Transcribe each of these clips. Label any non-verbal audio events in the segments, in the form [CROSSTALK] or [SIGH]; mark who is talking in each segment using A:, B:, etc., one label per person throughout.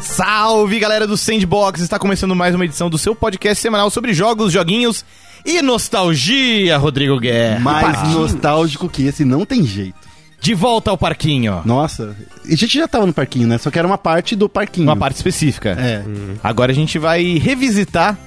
A: Salve, galera do Sandbox! Está começando mais uma edição do seu podcast semanal sobre jogos, joguinhos e nostalgia, Rodrigo Guerra.
B: Mais
A: Parquinho.
B: nostálgico que esse não tem jeito.
A: De volta ao parquinho.
B: Nossa, a gente já tava no parquinho, né? Só que era uma parte do parquinho.
A: Uma parte Hum. específica.
B: É,
A: Agora a gente vai revisitar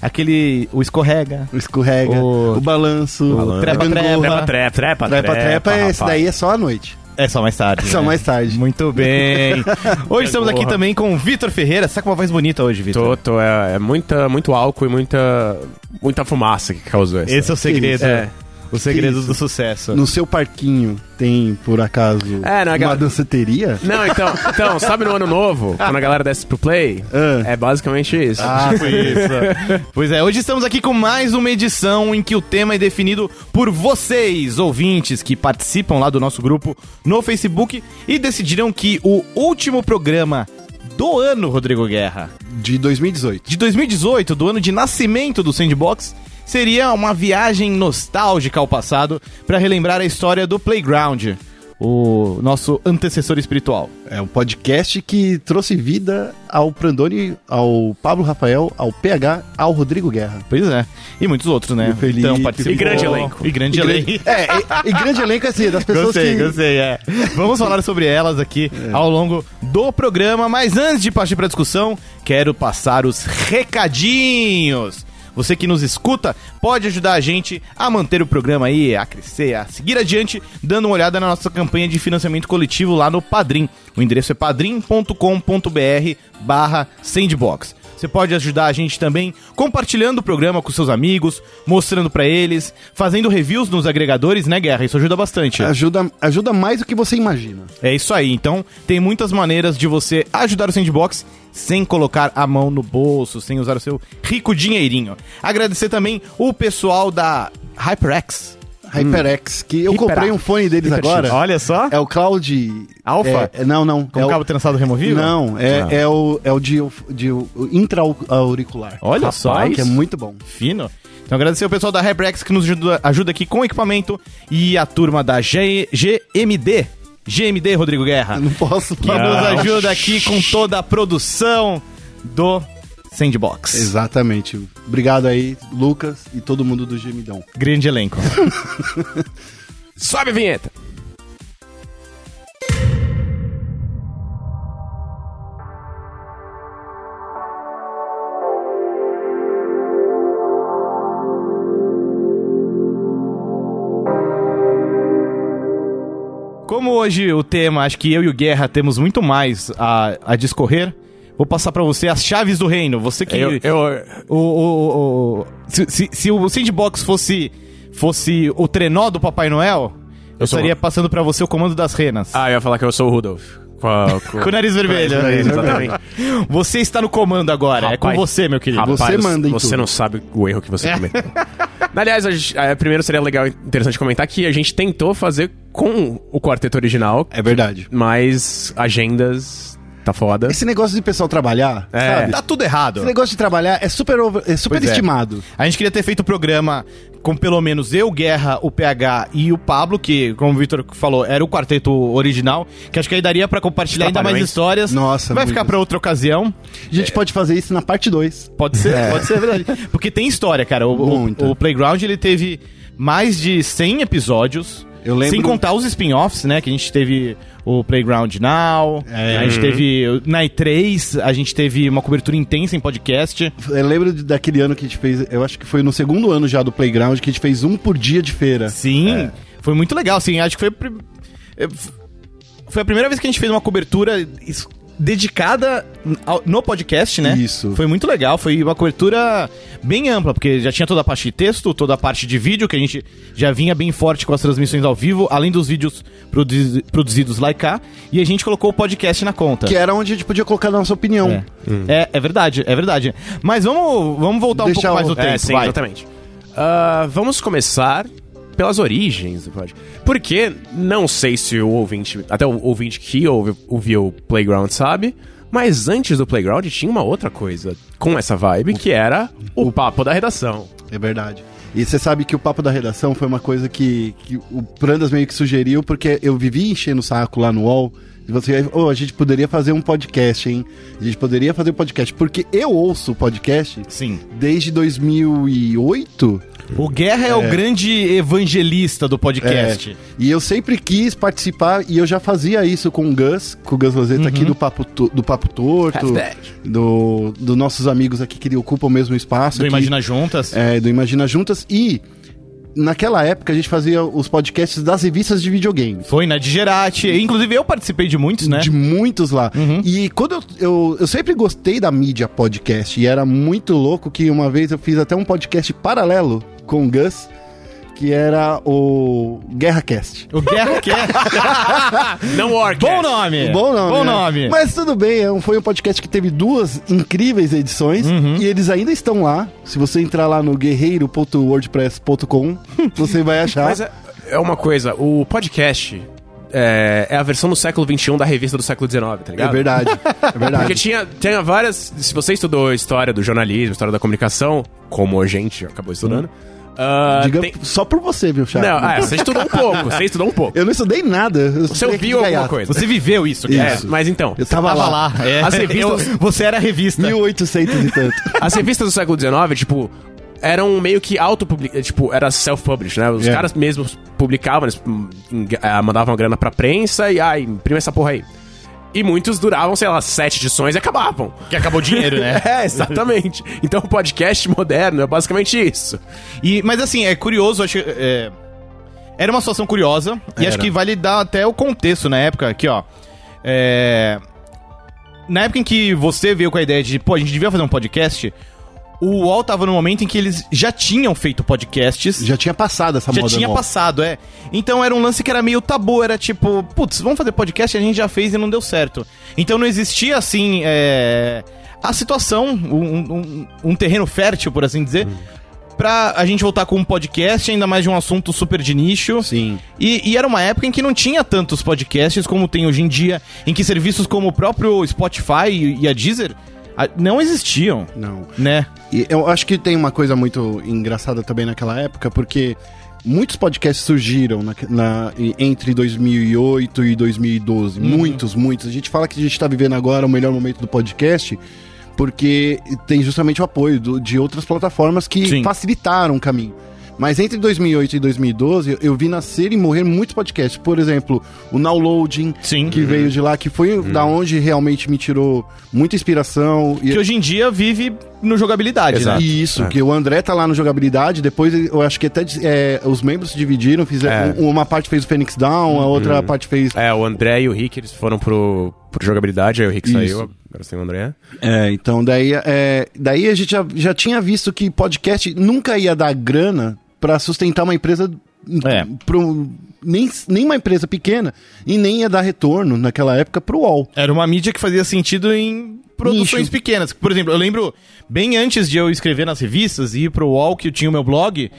A: aquele... o escorrega.
B: o escorrega,
A: O-
B: o, balanço,
A: Balanço.
B: o
A: Trepa-trepa.
B: gangorra.
C: Trepa, trepa, trepa,
B: Trepa, trepa, esse
C: rapaz.
B: daí é só à noite.
A: É [LAUGHS] só mais tarde.
B: Só
A: né?
B: mais tarde.
A: Muito [LAUGHS] bem. Hoje estamos aqui
C: Porra.
A: também com o Vitor Ferreira. Você tá com uma voz bonita hoje, Vitor?
C: Tô, tô, é, é muita, muito álcool e muita, muita fumaça que causou isso.
A: Esse é o segredo.
B: isso?
A: É. O segredo
B: isso?
A: do sucesso.
B: No seu parquinho tem, por acaso,
C: É, na
B: uma
C: gar-
B: danceteria?
C: Não, então, então, sabe no ano novo, quando a galera desce pro play?
B: Ah.
C: É basicamente isso.
B: Ah,
C: [LAUGHS]
A: Tipo isso. pois é, hoje estamos aqui com mais uma edição em que o tema é definido por vocês, ouvintes, que participam lá do nosso grupo no Facebook e decidiram que o último programa do ano, Rodrigo Guerra,
B: de 2018.
A: de 2018, do ano de nascimento do Sandbox, seria uma viagem nostálgica ao passado para relembrar a história do Playground, o nosso antecessor espiritual.
B: É um podcast que trouxe vida ao Prandone, ao Pablo Rafael, ao PH, ao Rodrigo Guerra.
A: Pois é. E muitos outros, né?
B: E o Felipe.
A: participou-
C: E grande elenco.
A: E grande
B: E gran-
A: elenco.
B: É, e, e grande elenco assim, das pessoas
A: Gostei,
B: que... É.
A: gostei, é. Vamos falar sobre elas aqui ao longo do programa, mas antes de partir para discussão, quero passar os recadinhos. Você que nos escuta pode ajudar a gente a manter o programa aí, a crescer, a seguir adiante, dando uma olhada na nossa campanha de financiamento coletivo lá no Padrim. O endereço é padrim.com.br barra sandbox. Você pode ajudar a gente também compartilhando o programa com seus amigos, mostrando pra eles, fazendo reviews nos agregadores, né, Guerra? Isso ajuda bastante.
B: Ajuda, ajuda mais do que você imagina.
A: É isso aí. Então, tem muitas maneiras de você ajudar o Sandbox sem colocar a mão no bolso, sem usar o seu rico dinheirinho. Agradecer também o pessoal da HyperX.
B: HyperX, que eu comprei um fone deles agora.
A: Olha só.
B: É o Cloud...
A: Alpha?
B: É, é- não, não.
A: Com
B: é o-
A: cabo trançado removível?
B: Não, é, é o, é o de, de intra-auricular.
A: Olha só.
B: Que é muito bom.
A: Fino. Então, agradecer o pessoal da HyperX que nos ajuda, ajuda aqui com o equipamento e a turma da G- GMD. GMD, Rodrigo Guerra.
B: Eu não posso
A: que nos
B: Ah.
A: ajuda aqui com toda a produção do Sandbox.
B: Exatamente. Obrigado aí, Lucas e todo mundo do Gemidão.
A: Grande elenco.
C: Sobe a vinheta.
A: Como hoje o tema, acho que eu e o Guerra temos muito mais a, a discorrer, vou passar pra você as chaves do reino. Você que.
C: Eu, eu-
A: O, o- o- o- se, se- se o sandbox fosse, fosse o trenó do Papai Noel, eu,
C: sou-
A: estaria passando pra você o comando das renas.
C: Ah, eu ia falar que eu sou o Rudolph. Com, a- com-
A: Com o nariz vermelho.
B: Com
A: [LAUGHS]
B: o nariz
C: vermelho.
A: Você está no comando agora. é com
C: [LAUGHS] Rapaz.
A: você, meu querido.
C: Rapaz,
B: Você manda em
C: Você
B: tudo.
C: não sabe o erro que você cometeu. [LAUGHS] Aliás, a gente- eh, primeiro seria legal e interessante comentar que a gente tentou fazer com o quarteto original,
B: É verdade.
C: mas agendas tá foda.
A: é
B: Esse negócio de pessoal trabalhar,
C: É.
B: sabe?
A: Tá tudo errado.
B: Esse negócio de trabalhar é super, over- é super
A: Pois é.
B: estimado.
A: A gente queria ter feito o programa com pelo menos eu, Guerra, o PH e o Pablo, que, como o Vitor falou, era o quarteto original, que acho que aí daria pra compartilhar ainda mais
C: Trapalhões.
A: histórias.
B: Nossa,
A: Vai
B: muito.
A: ficar pra outra ocasião.
B: A
A: É.
B: gente pode fazer isso na parte 2.
A: Pode ser, pode ser, é verdade. Porque tem história, cara. O, o-
B: Muita.
A: o Playground, ele teve mais de 100 episódios.
B: Eu lembro-
A: Sem contar os spin-offs, né? Que a gente teve o Playground Now,
B: É.
A: a gente teve o Night 3, a gente teve uma cobertura intensa em podcast.
B: Eu lembro de- daquele ano que a gente fez, eu acho que foi no segundo ano já do Playground, que a gente fez um por dia de feira.
A: Sim,
B: É.
A: foi muito legal, assim, acho que foi... a prim- eh, f- Foi a primeira vez que a gente fez uma cobertura es- dedicada ao- no podcast, né?
B: Isso.
A: Foi muito legal, foi uma cobertura bem ampla, porque já tinha toda a parte de texto, toda a parte de vídeo, que a gente já vinha bem forte com as transmissões ao vivo, além dos vídeos produzi- produzidos lá e cá, e a gente colocou o podcast na conta.
B: Que é um- era onde a gente podia colocar a nossa opinião.
A: é.
C: Hum.
A: É, é verdade, é verdade. Mas vamos, vamos voltar
B: Deixa
A: um pouco mais
B: o-
A: no tempo,
C: é, sim,
A: vai.
C: exatamente. Ah, vamos começar pelas origens do podcast. Porque não sei se o ouvinte, até o ouvinte que ouve- ouviu o Playground sabe, mas antes do Playground tinha uma outra coisa com essa vibe, que era o papo da redação.
B: É verdade. E você sabe que o papo da redação foi uma coisa que, que o Prandas meio que sugeriu, porque eu vivi enchendo o saco lá no UOL Você, "Ô, a gente poderia fazer um podcast, hein? A gente poderia fazer um podcast. Porque eu ouço podcast
A: Sim.
B: desde 2008.
A: O Guerra é, o grande evangelista do podcast.
B: É. E eu sempre quis participar e eu já fazia isso com o Gus, com o Gus Rosetta aqui
A: Uhum.
B: do Papo, To- do Papo Torto,
C: Hashtag.
B: do, dos nossos amigos aqui que ocupam o mesmo espaço.
A: Do
B: que-
A: Imagina Juntas.
B: É, do Imagina Juntas. E naquela época a gente fazia os podcasts das revistas de videogames.
A: Foi na Digerati. Inclusive, eu participei de muitos, né? Uhum.
B: De muitos lá. E quando eu, eu. eu sempre gostei da mídia podcast. E era muito louco que uma vez eu fiz até um podcast paralelo com o Gus, que era o GuerraCast.
A: O Guerra quer.
C: Não Orc.
A: Bom nome!
B: é. Bom nome.
A: É. Bom
B: né?
A: nome.
B: Mas tudo bem, é um- foi um podcast que teve duas incríveis edições
A: Uhum.
B: e eles ainda estão lá. Se você entrar lá no
A: [LAUGHS]
B: guerreiro.wordpress.com, você vai achar.
C: Mas é, é uma coisa, o podcast é, é a versão do século XXI da revista do século XIX, tá
B: É
C: ligado?
B: verdade. É
C: Porque
B: verdade.
C: tinha, tinha várias. Se você estudou história do jornalismo, história da comunicação, como a gente acabou estudando. ah,
B: Diga um
C: tem-
B: só por você, meu chato.
C: Não, ah, você estudou um pouco, você estudou um pouco.
B: Eu não estudei nada. eu
C: Você
B: estudei aqui de
C: ouviu alguma
B: gaiato.
C: coisa.
A: Você viveu isso, Guerra.
C: É,
B: [LAUGHS] Isso.
C: mas então,
B: Eu tava,
A: Tava
B: lá.
A: lá. é.
C: As revistas-
A: Eu- você era a revista.
B: 1800 e tanto.
C: as revistas do século XIX, tipo, eram meio que autopublicadas, tipo, era self-published, né? Os
B: É.
C: caras mesmos publicavam, eles hum, enga- ah, mandavam grana pra prensa e, ai, imprime essa porra aí. E muitos duravam, sei lá, sete edições e acabavam.
A: Que acabou o dinheiro, né?
C: [LAUGHS] É, exatamente. Então o podcast moderno é basicamente isso.
A: E, mas assim, é curioso, acho que. é, era uma situação curiosa, e acho que vale dar até o contexto na época aqui, ó. É, na época em que você veio com a ideia de, pô, a gente devia fazer um podcast, o UOL tava no momento em que eles já tinham feito podcasts.
B: Já tinha passado essa
A: Já
B: moda.
A: tinha
B: irmão.
A: passado, é. Então era um lance que era meio tabu, era tipo, putz, vamos fazer podcast, a gente já fez e não deu certo. Então não existia assim, é, a situação, um, um- um terreno fértil, por assim dizer, pra a gente voltar com um podcast, ainda mais de um assunto super de nicho.
B: Sim.
A: E, e era uma época em que não tinha tantos podcasts como tem hoje em dia, em que serviços como o próprio Spotify e, e a Deezer ah, não existiam,
B: Não.
A: né?
B: E eu acho que tem uma coisa muito engraçada também naquela época, porque muitos podcasts surgiram na, na- e- entre 2008 e
A: Uhum.
B: 2012. Muitos, muitos. A gente fala que a gente está vivendo agora o melhor momento do podcast. Porque tem justamente o apoio do- de outras plataformas que
A: Sim.
B: facilitaram o caminho. Mas entre 2008 e 2012, eu vi nascer e morrer muitos podcasts. Por exemplo, o Nowloading,
A: Sim. Uhum.
B: que veio de lá, que foi da onde realmente me tirou muita inspiração. e-
A: Que hoje em dia vive no jogabilidade, né?
C: Exato.
B: e Isso,
C: É.
B: que o André tá lá no jogabilidade, depois ele- eu acho que até é, os membros se dividiram, fizeram, um- uma parte fez o Phoenix Down, a outra parte fez...
C: É, o André e o Rick, eles foram pro, pro jogabilidade, aí o Rick
B: Isso.
C: saiu, agora tem o
A: Um
C: André.
B: É, então daí, é, daí a gente já, já tinha visto que podcast nunca ia dar grana pra sustentar uma empresa...
A: É.
B: pro- nem, nem uma empresa pequena e nem ia dar retorno naquela época pro UOL.
A: Era uma mídia que fazia sentido em produções
B: Nicho.
A: pequenas. Por exemplo, eu lembro bem antes de eu escrever nas revistas e ir pro UOL, que eu tinha o meu blog,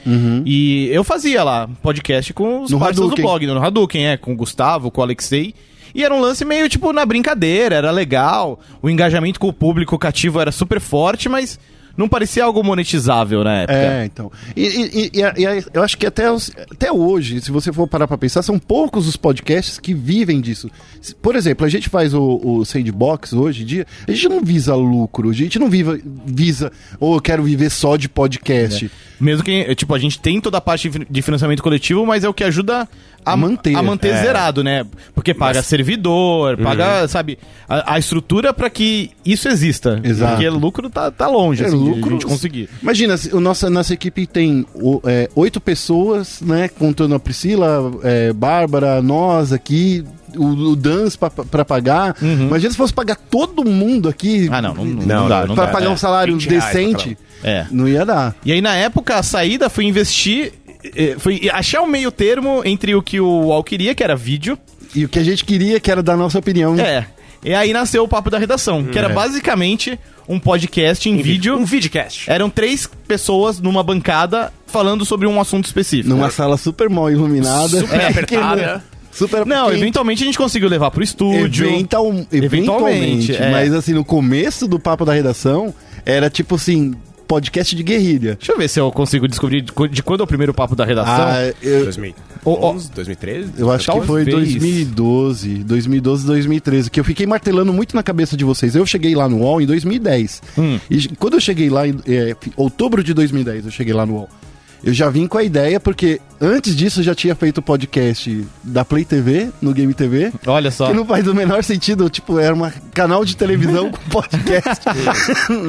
A: e eu fazia lá podcast com os
B: Uhum. No
A: parceiros do
B: Hadouken.
A: blog, no Hadouken, é, com o Gustavo, com o Alexei. E era um lance meio tipo na brincadeira, era legal, o engajamento com o público cativo era super forte, mas não parecia algo monetizável na época.
B: É, então. E, e- e- e a- e a- eu acho que até, os- até hoje, se você for parar pra pensar, são poucos os podcasts que vivem disso. Se- Por exemplo, a gente faz o, o Sandbox hoje em dia, a gente não visa lucro, a gente não viva, visa, ou eu quero viver só de podcast.
A: Mesmo que, tipo, a gente tem toda a parte de fin- de financiamento coletivo, mas é o que ajuda a
B: A manter.
A: a manter
B: É. Uhum.
A: zerado, né? Porque paga servidor, paga, sabe, a, a estrutura pra que isso exista.
B: Exato.
A: Porque lucro tá, tá longe,
B: É,
A: assim, de
B: lucro-
A: a gente conseguir.
B: Imagina, se- o nossa, nossa equipe tem o- é, oito pessoas, né? Contando a Priscila, é, Bárbara, nós aqui, o, o Dans pra, pra pagar. Imagina se fosse pagar todo mundo aqui.
A: Uhum. Ah, não, não- não dá,
B: dá.
A: não
B: pra
A: dá,
B: pagar
A: é.
B: um salário
C: 20 reais pra
B: decente,
A: É.
B: não ia dar.
A: E aí, na época, a saída foi investir. eh, Foi achar um meio termo entre o que o Al queria, que era vídeo.
B: E o que a gente queria, que era dar nossa opinião.
A: É. E aí nasceu o Papo da Redação, que era
B: Hum. É.
A: basicamente um podcast em vídeo.
C: Um videocast.
A: Eram três pessoas numa bancada falando sobre um assunto específico.
B: Numa sala super mal iluminada. [LAUGHS] É,
C: Super apertada.
B: Super
A: Não,
B: quem-
A: eventualmente a gente conseguiu levar pro estúdio.
B: Eventual, eventualmente,
A: Eventualmente, é.
B: mas assim, no começo do papo da redação, era tipo assim, podcast de guerrilha.
A: Deixa eu ver se eu consigo descobrir de qu- de quando é o primeiro papo da redação.
B: Ah,
A: É.
B: eu,
C: 2011, 2013?
B: eu acho que foi
A: Talvez.
B: 2012, 2012, 2013, que eu fiquei martelando muito na cabeça de vocês. Eu cheguei lá no UOL em 2010.
A: Hum.
B: E j- quando eu cheguei lá, em é, outubro de 2010, eu cheguei lá no UOL. Eu já vim com a ideia, porque antes disso eu já tinha feito o podcast da Play TV, no Game TV.
A: Olha só.
B: Que não faz o menor sentido, tipo, era um canal de televisão com
A: [LAUGHS]
B: podcast,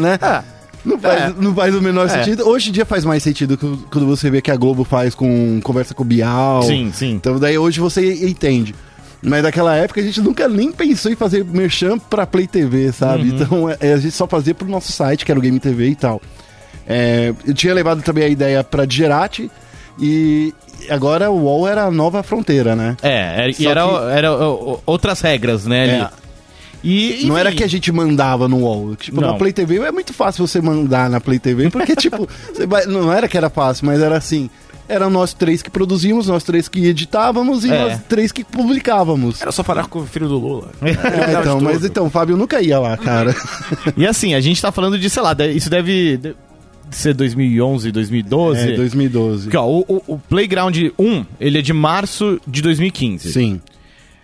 B: né?
A: É.
B: Não faz, não faz o menor sentido. Hoje em dia faz mais sentido cu- quando você vê que a Globo faz com conversa com o Bial.
A: Sim, sim.
B: Então daí hoje você entende. Mas naquela época a gente nunca nem pensou em fazer merchan pra Play TV, sabe?
A: Uhum.
B: Então é, a gente só fazia pro nosso site, que era o Game TV e tal. É, eu tinha levado também a ideia pra Digerati e agora o UOL era a nova fronteira, né?
A: É, era, e
B: Só
A: era,
B: que-
A: era, ó, ó, outras regras, né?
B: É.
A: ali. E,
B: Não
A: enfim,
B: era que a gente mandava no UOL. Tipo,
A: Não.
B: na Play TV é muito fácil você mandar na Play
A: [LAUGHS]
B: TV, porque, tipo, você vai- não era que era fácil, mas era assim. Eram nós três que produzíamos, nós três que editávamos e
A: É.
B: nós três que publicávamos.
C: Era só falar com o filho do Lula.
B: É, então, mas então, o Fábio nunca ia
A: [LAUGHS]
B: lá, cara.
A: E assim, a gente tá falando de, sei lá, de- isso deve de- ser 2011, 2012.
B: É, 2012.
A: Porque, ó, o, o- o Playground 1, ele é de março de 2015.
B: Sim.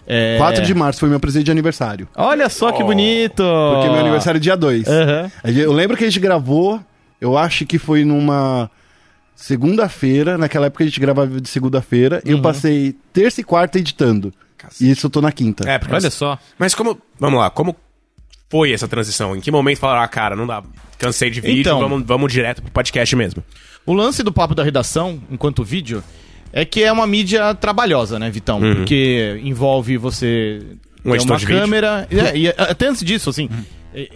A: É...
B: 4 de março foi meu presente de aniversário.
A: Olha só que
C: Oh,
A: bonito!
B: Porque meu aniversário é dia 2.
A: Aham.
B: A gente- Eu lembro que a gente gravou, eu acho que foi numa segunda-feira, naquela época a gente gravava de segunda-feira, e
C: Uhum.
B: eu passei terça e quarta editando. E isso eu tô na quinta.
C: É, porque
A: Olha só.
C: Mas como. Vamos lá, como foi essa transição? Em que momento falaram, ah, cara, não dá. Cansei de vídeo,
A: Então.
C: vamos, vamos direto pro podcast mesmo.
A: O lance do papo da redação, enquanto vídeo, é que é uma mídia trabalhosa, né, Vitão? Porque envolve você
C: Um
A: ter
C: editor
A: uma
C: de vídeo.
A: câmera. É, e até antes disso, assim. é,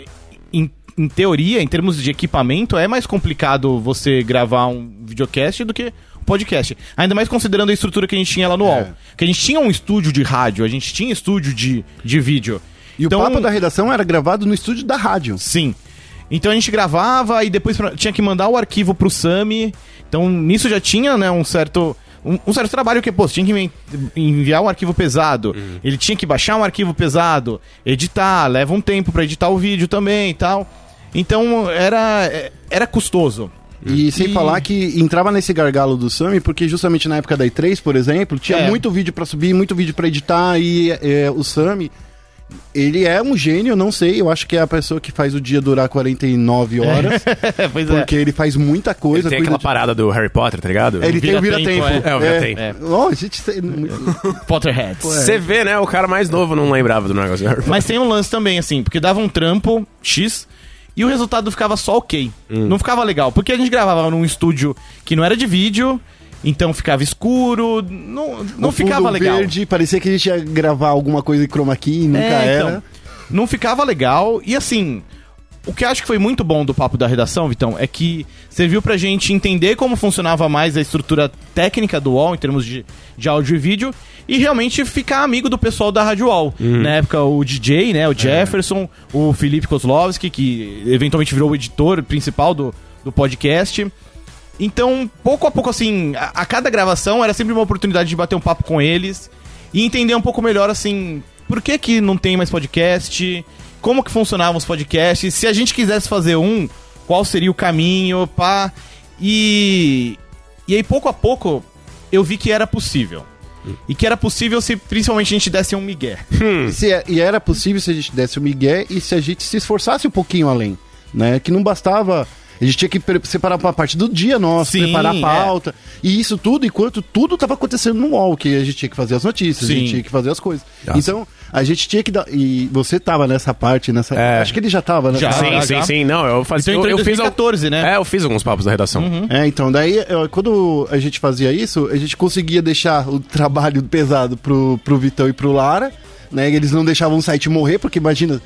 A: Em, em teoria, em termos de equipamento, é mais complicado você gravar um videocast do que um podcast. Ainda mais considerando a estrutura que a gente tinha lá no UOL. Que a gente tinha um estúdio de rádio, a gente tinha estúdio de, de vídeo. Então,
B: E
C: então-
B: o papo da redação era gravado no estúdio da rádio.
A: Sim. Então a gente gravava e depois pra- tinha que mandar o arquivo pro Sami. Então nisso já tinha, né, um certo. Um, um certo trabalho que, pô, você tinha que envi- enviar um arquivo pesado. Ele tinha que baixar um arquivo pesado, editar, leva um tempo pra editar o vídeo também e tal. Então era, é- era custoso.
C: Uhum.
B: E sem
A: E-
B: falar que entrava nesse gargalo do Sami, porque justamente na época da E3, por exemplo, tinha
A: É.
B: muito vídeo pra subir, muito vídeo pra editar, e é, o Sami, ele é um gênio, não sei, eu acho que é a pessoa que faz o dia durar 49
C: [LAUGHS]
B: horas,
A: [LAUGHS] pois é.
B: porque ele faz muita
C: É. Ele
B: coisa.
C: tem
B: cuida
C: aquela parada do Harry Potter, tá ligado?
B: de- Ele tem o
A: vira-tempo,
B: vira-tempo.
C: é. É, o vira-tempo.
A: É.
B: Ó, a gente... tá- tem-
A: Potterheads.
C: Você vê, né? O cara mais novo não lembrava do negócio do Harry Potter.
A: Mas tem um lance também, assim, porque dava um trampo X e o resultado ficava só ok.
B: Hum.
A: Não ficava legal. Porque a gente gravava num estúdio que não era de vídeo, então ficava escuro, não, não
B: o fundo
A: ficava legal.
B: verde, parecia que a gente ia gravar alguma coisa em chroma key, e nunca
A: É, então,
B: era.
A: Não ficava legal. E assim, o que eu acho que foi muito bom do papo da redação, Vitão, é que serviu pra gente entender como funcionava mais a estrutura técnica do UOL em termos de, de áudio e vídeo e realmente ficar amigo do pessoal da Rádio UOL. Na época, o DJ, né, o Jefferson, o Felipe Kozlovski, que eventualmente virou o editor principal do, do podcast. Então, pouco a pouco, assim, a, a cada gravação era sempre uma oportunidade de bater um papo com eles e entender um pouco melhor, assim, por que que não tem mais podcast, como que funcionavam os podcasts, se a gente quisesse fazer um, qual seria o caminho, pá. E, e aí, pouco a pouco, eu vi que era possível. E que era possível se principalmente a gente desse um migué.
B: Se é- e era possível se a gente desse o migué e se a gente se esforçasse um pouquinho além, né? Que não bastava... A gente tinha que pre- separar uma parte do dia nosso,
A: Sim,
B: preparar a
A: é.
B: pauta. E isso tudo enquanto tudo estava acontecendo no UOL, que a gente tinha que fazer as notícias,
A: Sim.
B: a
A: Ah,
B: gente tinha que fazer as coisas.
C: Nossa.
B: Então, a gente tinha que dar... E você tava nessa parte, nessa...
C: É.
B: Acho que ele já tava, né?
A: Já.
C: Sim,
A: Ah,
C: sim,
A: já?
C: sim. Não, eu fazia.
A: Então entrou
C: eu,
A: em
C: eu fiz al-
A: 2014, né? Uhum.
C: É, eu fiz alguns papos da redação.
B: É, então, daí, eh, quando a gente fazia isso, a gente conseguia deixar o trabalho pesado pro, pro Vitão e pro Lara, né? Eles não deixavam o site morrer, porque imagina,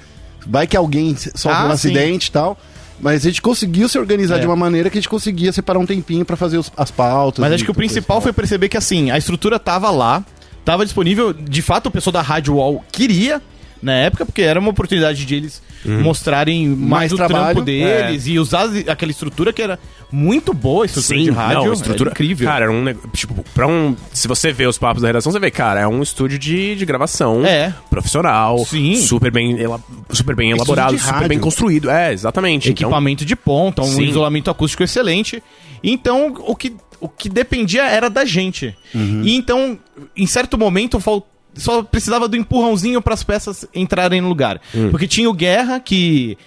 B: vai que alguém se- sofre
A: Ah,
B: um
A: sim. É.
B: acidente e tal. Mas a gente conseguiu se organizar de uma maneira que a gente conseguia separar um tempinho pra fazer os- as pautas.
A: Mas
B: e
A: acho que o
B: tudo
A: principal
B: isso.
A: foi perceber que, assim, a estrutura tava lá, tava disponível, de fato o pessoal da Rádio UOL queria, na época, porque era uma oportunidade de eles
C: Uhum.
A: mostrarem mais,
B: Mais
A: o
B: trabalho, É.
A: trampo deles e usar aquela estrutura que era muito boa, a estrutura de rádio.
C: não,
A: era
C: estrutura
A: incrível.
C: Cara, era um neg- tipo, para um, se você vê os papos da redação, você vê, cara, é um estúdio de, de gravação
A: É.
C: profissional,
A: Sim.
C: super bem, ela- super bem elaborado,
B: de
C: super
B: rádio.
C: bem construído. É, exatamente. Então,
A: equipamento de ponta, um
C: Sim.
A: isolamento acústico excelente. Então, o que, o que dependia era da gente. E então, em certo momento, fal- só precisava do empurrãozinho para as peças entrarem no lugar. Porque tinha o Guerra que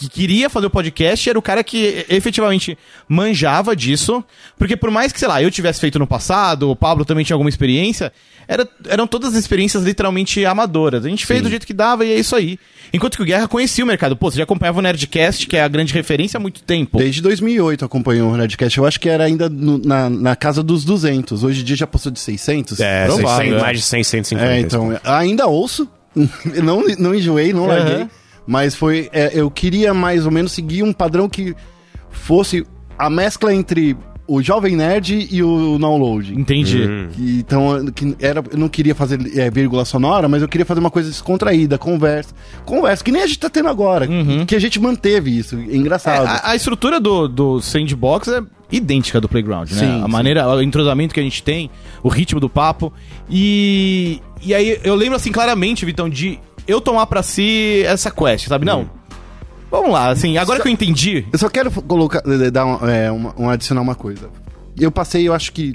A: que queria fazer o podcast, era o cara que efetivamente manjava disso, porque por mais que, sei lá, eu tivesse feito no passado, o Pablo também tinha alguma experiência, era- eram todas as experiências literalmente amadoras. A gente fez do jeito que dava e é isso aí. Enquanto que o Guerra conhecia o mercado. Pô, você já acompanhava o Nerdcast, que é a grande referência há muito tempo.
B: Desde 2008 acompanhou o Nerdcast. Eu acho que era ainda no- na, na casa dos 200. Hoje em dia já passou de 600.
C: é,
A: Provável,
C: 600,
A: é.
C: mais de 100, 150.
B: É, então, ainda ouço. [LAUGHS] não, não enjoei, não larguei.
A: Aham.
B: Mas foi. é, eu queria mais ou menos seguir um padrão que fosse a mescla entre o Jovem Nerd e o Download.
A: Entendi.
B: Que- Então, que era, eu não queria fazer é, vírgula sonora, mas eu queria fazer uma coisa descontraída, conversa. Conversa, que nem a gente tá tendo agora. Que a gente manteve isso. É
A: É,
B: engraçado.
A: a, a estrutura do, do sandbox é idêntica do playground, né?
B: Sim,
A: a
B: sim.
A: maneira, o entrosamento que a gente tem, o ritmo do papo. E. E aí eu lembro assim claramente, Vitão, de eu tomar pra si essa quest, sabe? Não. Vamos lá, assim, agora que eu entendi.
B: Eu só quero colocar, eh, dar um, é, uma- um- adicionar uma coisa. Eu passei, eu acho que,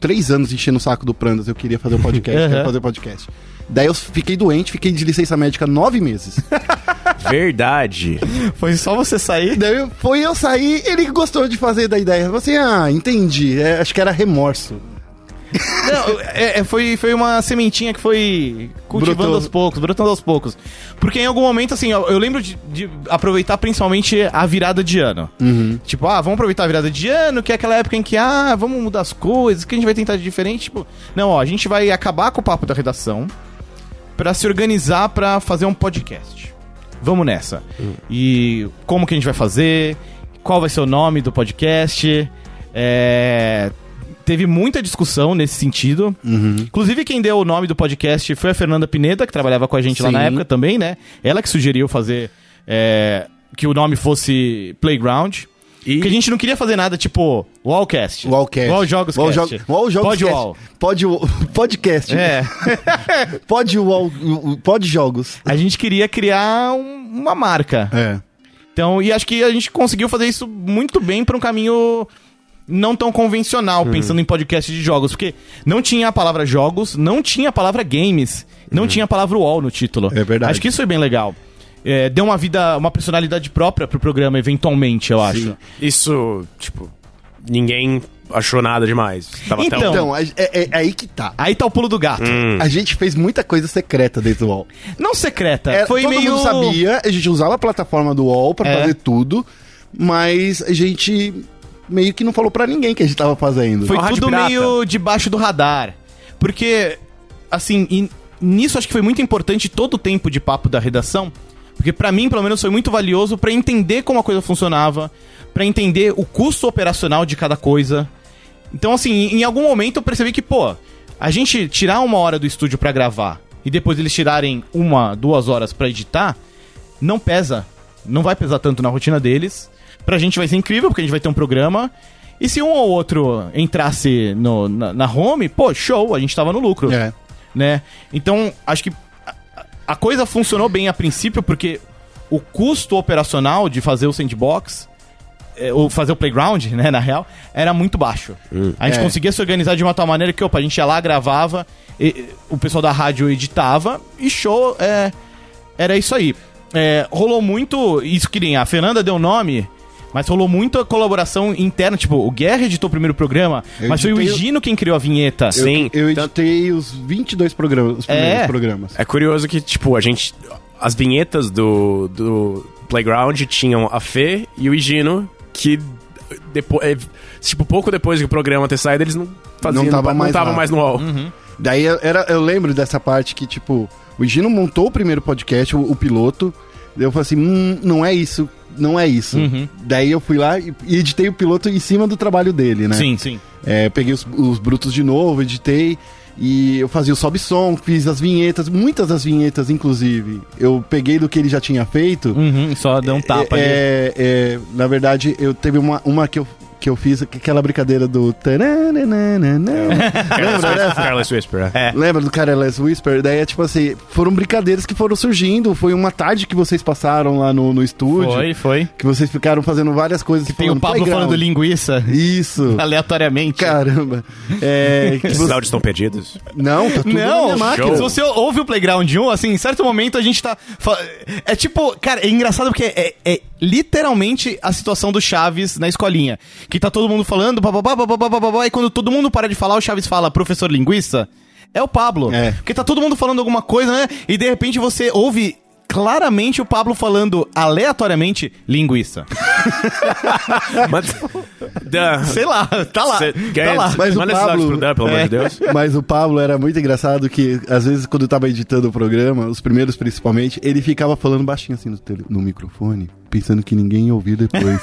B: três anos enchendo o saco do Prandas. Eu queria fazer o podcast,
A: Uhum.
B: queria fazer o podcast. Daí eu fiquei doente, fiquei de licença médica
A: [LAUGHS]
B: nove meses.
C: Verdade.
A: [LAUGHS] Foi só você sair.
B: Daí eu- foi eu sair, ele gostou de fazer da ideia. Eu falei assim, ah, entendi. É, acho que era remorso.
A: Não, é- é, foi, foi uma sementinha que foi cultivando
B: Brotou.
A: aos poucos, brotando aos poucos. Porque em algum momento, assim, eu, eu lembro de, de aproveitar principalmente a virada de ano. Tipo, ah, vamos aproveitar a virada de ano, que é aquela época em que, ah, vamos mudar as coisas, que a gente vai tentar de diferente. Tipo, não, ó, a gente vai acabar com o papo da redação pra se organizar pra fazer um podcast. Vamos nessa. E como que a gente vai fazer? Qual vai ser o nome do podcast? É, Teve muita discussão nesse sentido.
B: Uhum.
A: Inclusive, quem deu o nome do podcast foi a Fernanda Pineda, que trabalhava com a gente lá na
B: Sim.
A: época também, né? Ela que sugeriu fazer é, que o nome fosse Playground.
C: E-
A: Porque a gente não queria fazer nada tipo Wallcast.
B: Wallcast.
A: Jogos
B: Wall
A: Cast.
B: jo Wall Jogos
A: Pod
B: Cast.
A: Wall.
B: Pod Wall- [LAUGHS] Podcast.
A: É.
B: [LAUGHS] Pod Wall... Pod Jogos.
A: A gente queria criar um- uma marca.
B: É.
A: Então, e acho que a gente conseguiu fazer isso muito bem pra um caminho não tão
B: Uhum.
A: convencional, pensando em podcast de jogos, porque não tinha a palavra jogos, não tinha a palavra games, não tinha a palavra UOL no título.
B: Uhum. É verdade.
A: Acho que isso foi bem legal. É, deu uma vida, uma personalidade própria pro programa, eventualmente, eu acho.
C: Isso, tipo, ninguém achou nada demais. Tava
A: Então,
C: tão...
B: Então, é, é- é aí que tá.
A: Aí tá o pulo do gato.
B: A gente fez muita coisa secreta dentro do UOL.
A: Não secreta,
B: É,
A: foi
B: todo
A: meio.
B: mundo sabia, a gente usava a plataforma do UOL pra
A: É.
B: fazer tudo, mas a gente meio que não falou pra ninguém que a gente tava fazendo.
A: Foi
C: Uma rádio
A: tudo
C: pirata.
A: meio debaixo do radar. Porque, assim, e nisso acho que foi muito importante todo o tempo de papo da redação. Porque pra mim, pelo menos, foi muito valioso pra entender como a coisa funcionava, pra entender o custo operacional de cada coisa. Então, assim, em em algum momento eu percebi que, pô, a gente tirar uma hora do estúdio pra gravar e depois eles tirarem uma, duas horas pra editar, não pesa. Não vai pesar tanto na rotina deles. Pra gente vai ser incrível, porque a gente vai ter um programa. E se um ou outro entrasse no- na, na home, pô, show, a gente tava no lucro
B: É.
A: né? Então, acho que a- a coisa funcionou bem a princípio, porque o custo operacional de fazer o sandbox, é, ou fazer o playground, né, na real, era muito baixo. A gente
B: É.
A: conseguia se organizar de uma tal maneira que, opa, a gente ia lá, gravava, e- e o pessoal da rádio editava, e show, é, era isso aí. É, rolou muito, isso que nem a Fernanda deu nome... Mas rolou muita colaboração interna, tipo, o Guerra editou o primeiro programa,
B: Eu
A: mas foi o
B: editei o-
A: Higino quem criou a vinheta.
C: Eu- Sim.
B: Eu
C: Tanto-
B: editei os 22 programas, os primeiros
A: Então- É.
B: programas.
C: É curioso que, tipo, a gente. As vinhetas do, do Playground tinham a Fê e o Higino, que depois. é, tipo, pouco depois que o programa ter saído, eles não faziam.
B: Não tava mais
C: tava
B: lá.
C: mais no UOL. [LAUGHS]
B: Daí eu- era, eu lembro dessa parte que, tipo, o Gino montou o primeiro podcast, o, o piloto. Eu falei assim, hum, não é isso, não é isso.
A: Uhum.
B: Daí eu fui lá e e editei o piloto em cima do trabalho dele, né?
A: Sim, sim.
B: É, peguei os, os brutos de novo, editei. E eu fazia o sobe som, fiz as vinhetas, muitas das vinhetas, inclusive. Eu peguei do que ele já tinha feito.
A: Uhum, só deu um tapa ali.
B: É, é, na verdade, eu teve uma, uma que eu que eu fiz aquela brincadeira do tarananana.
A: [LAUGHS]
B: lembra dessa?
C: Careless Whisper.
A: É.
B: Lembra do Careless Whisper? Daí é tipo assim, foram brincadeiras que foram surgindo, foi uma tarde que vocês passaram lá no, no estúdio,
A: Foi, foi.
B: que vocês ficaram fazendo várias coisas.
A: Tem o Pablo falando linguiça [LAUGHS]
B: Isso.
A: aleatoriamente.
B: Caramba. É, que
C: Esses
B: você-
C: áudios estão perdidos.
B: Não, tá tudo na minha
A: Não,
B: máquina.
A: se você ouve o Playground 1, assim, em certo momento a gente tá. fa- É tipo, cara, é engraçado porque é, é literalmente a situação do Chaves na escolinha. Que tá todo mundo falando, bababá, bababá, bababá, e quando todo mundo para de falar, o Chaves fala, professor linguista, é o Pablo.
B: É.
A: Porque tá todo mundo falando alguma coisa, né? E de repente você ouve. Claramente o Pablo falando aleatoriamente linguiça. [LAUGHS]
C: Mas. Da-
A: Sei lá, tá lá.
C: Cê-
A: tá
C: ganha-
A: lá.
B: Mas o
C: Manda esse áudio
B: Pablo-
C: pro Dan, pelo amor
A: É.
C: de
B: [LAUGHS]
C: Deus.
B: Mas o Pablo era muito engraçado que, às vezes, quando eu tava editando o programa, os primeiros principalmente, ele ficava falando baixinho assim no, tele- no microfone, pensando que ninguém ia
A: [LAUGHS]
B: ouvir depois.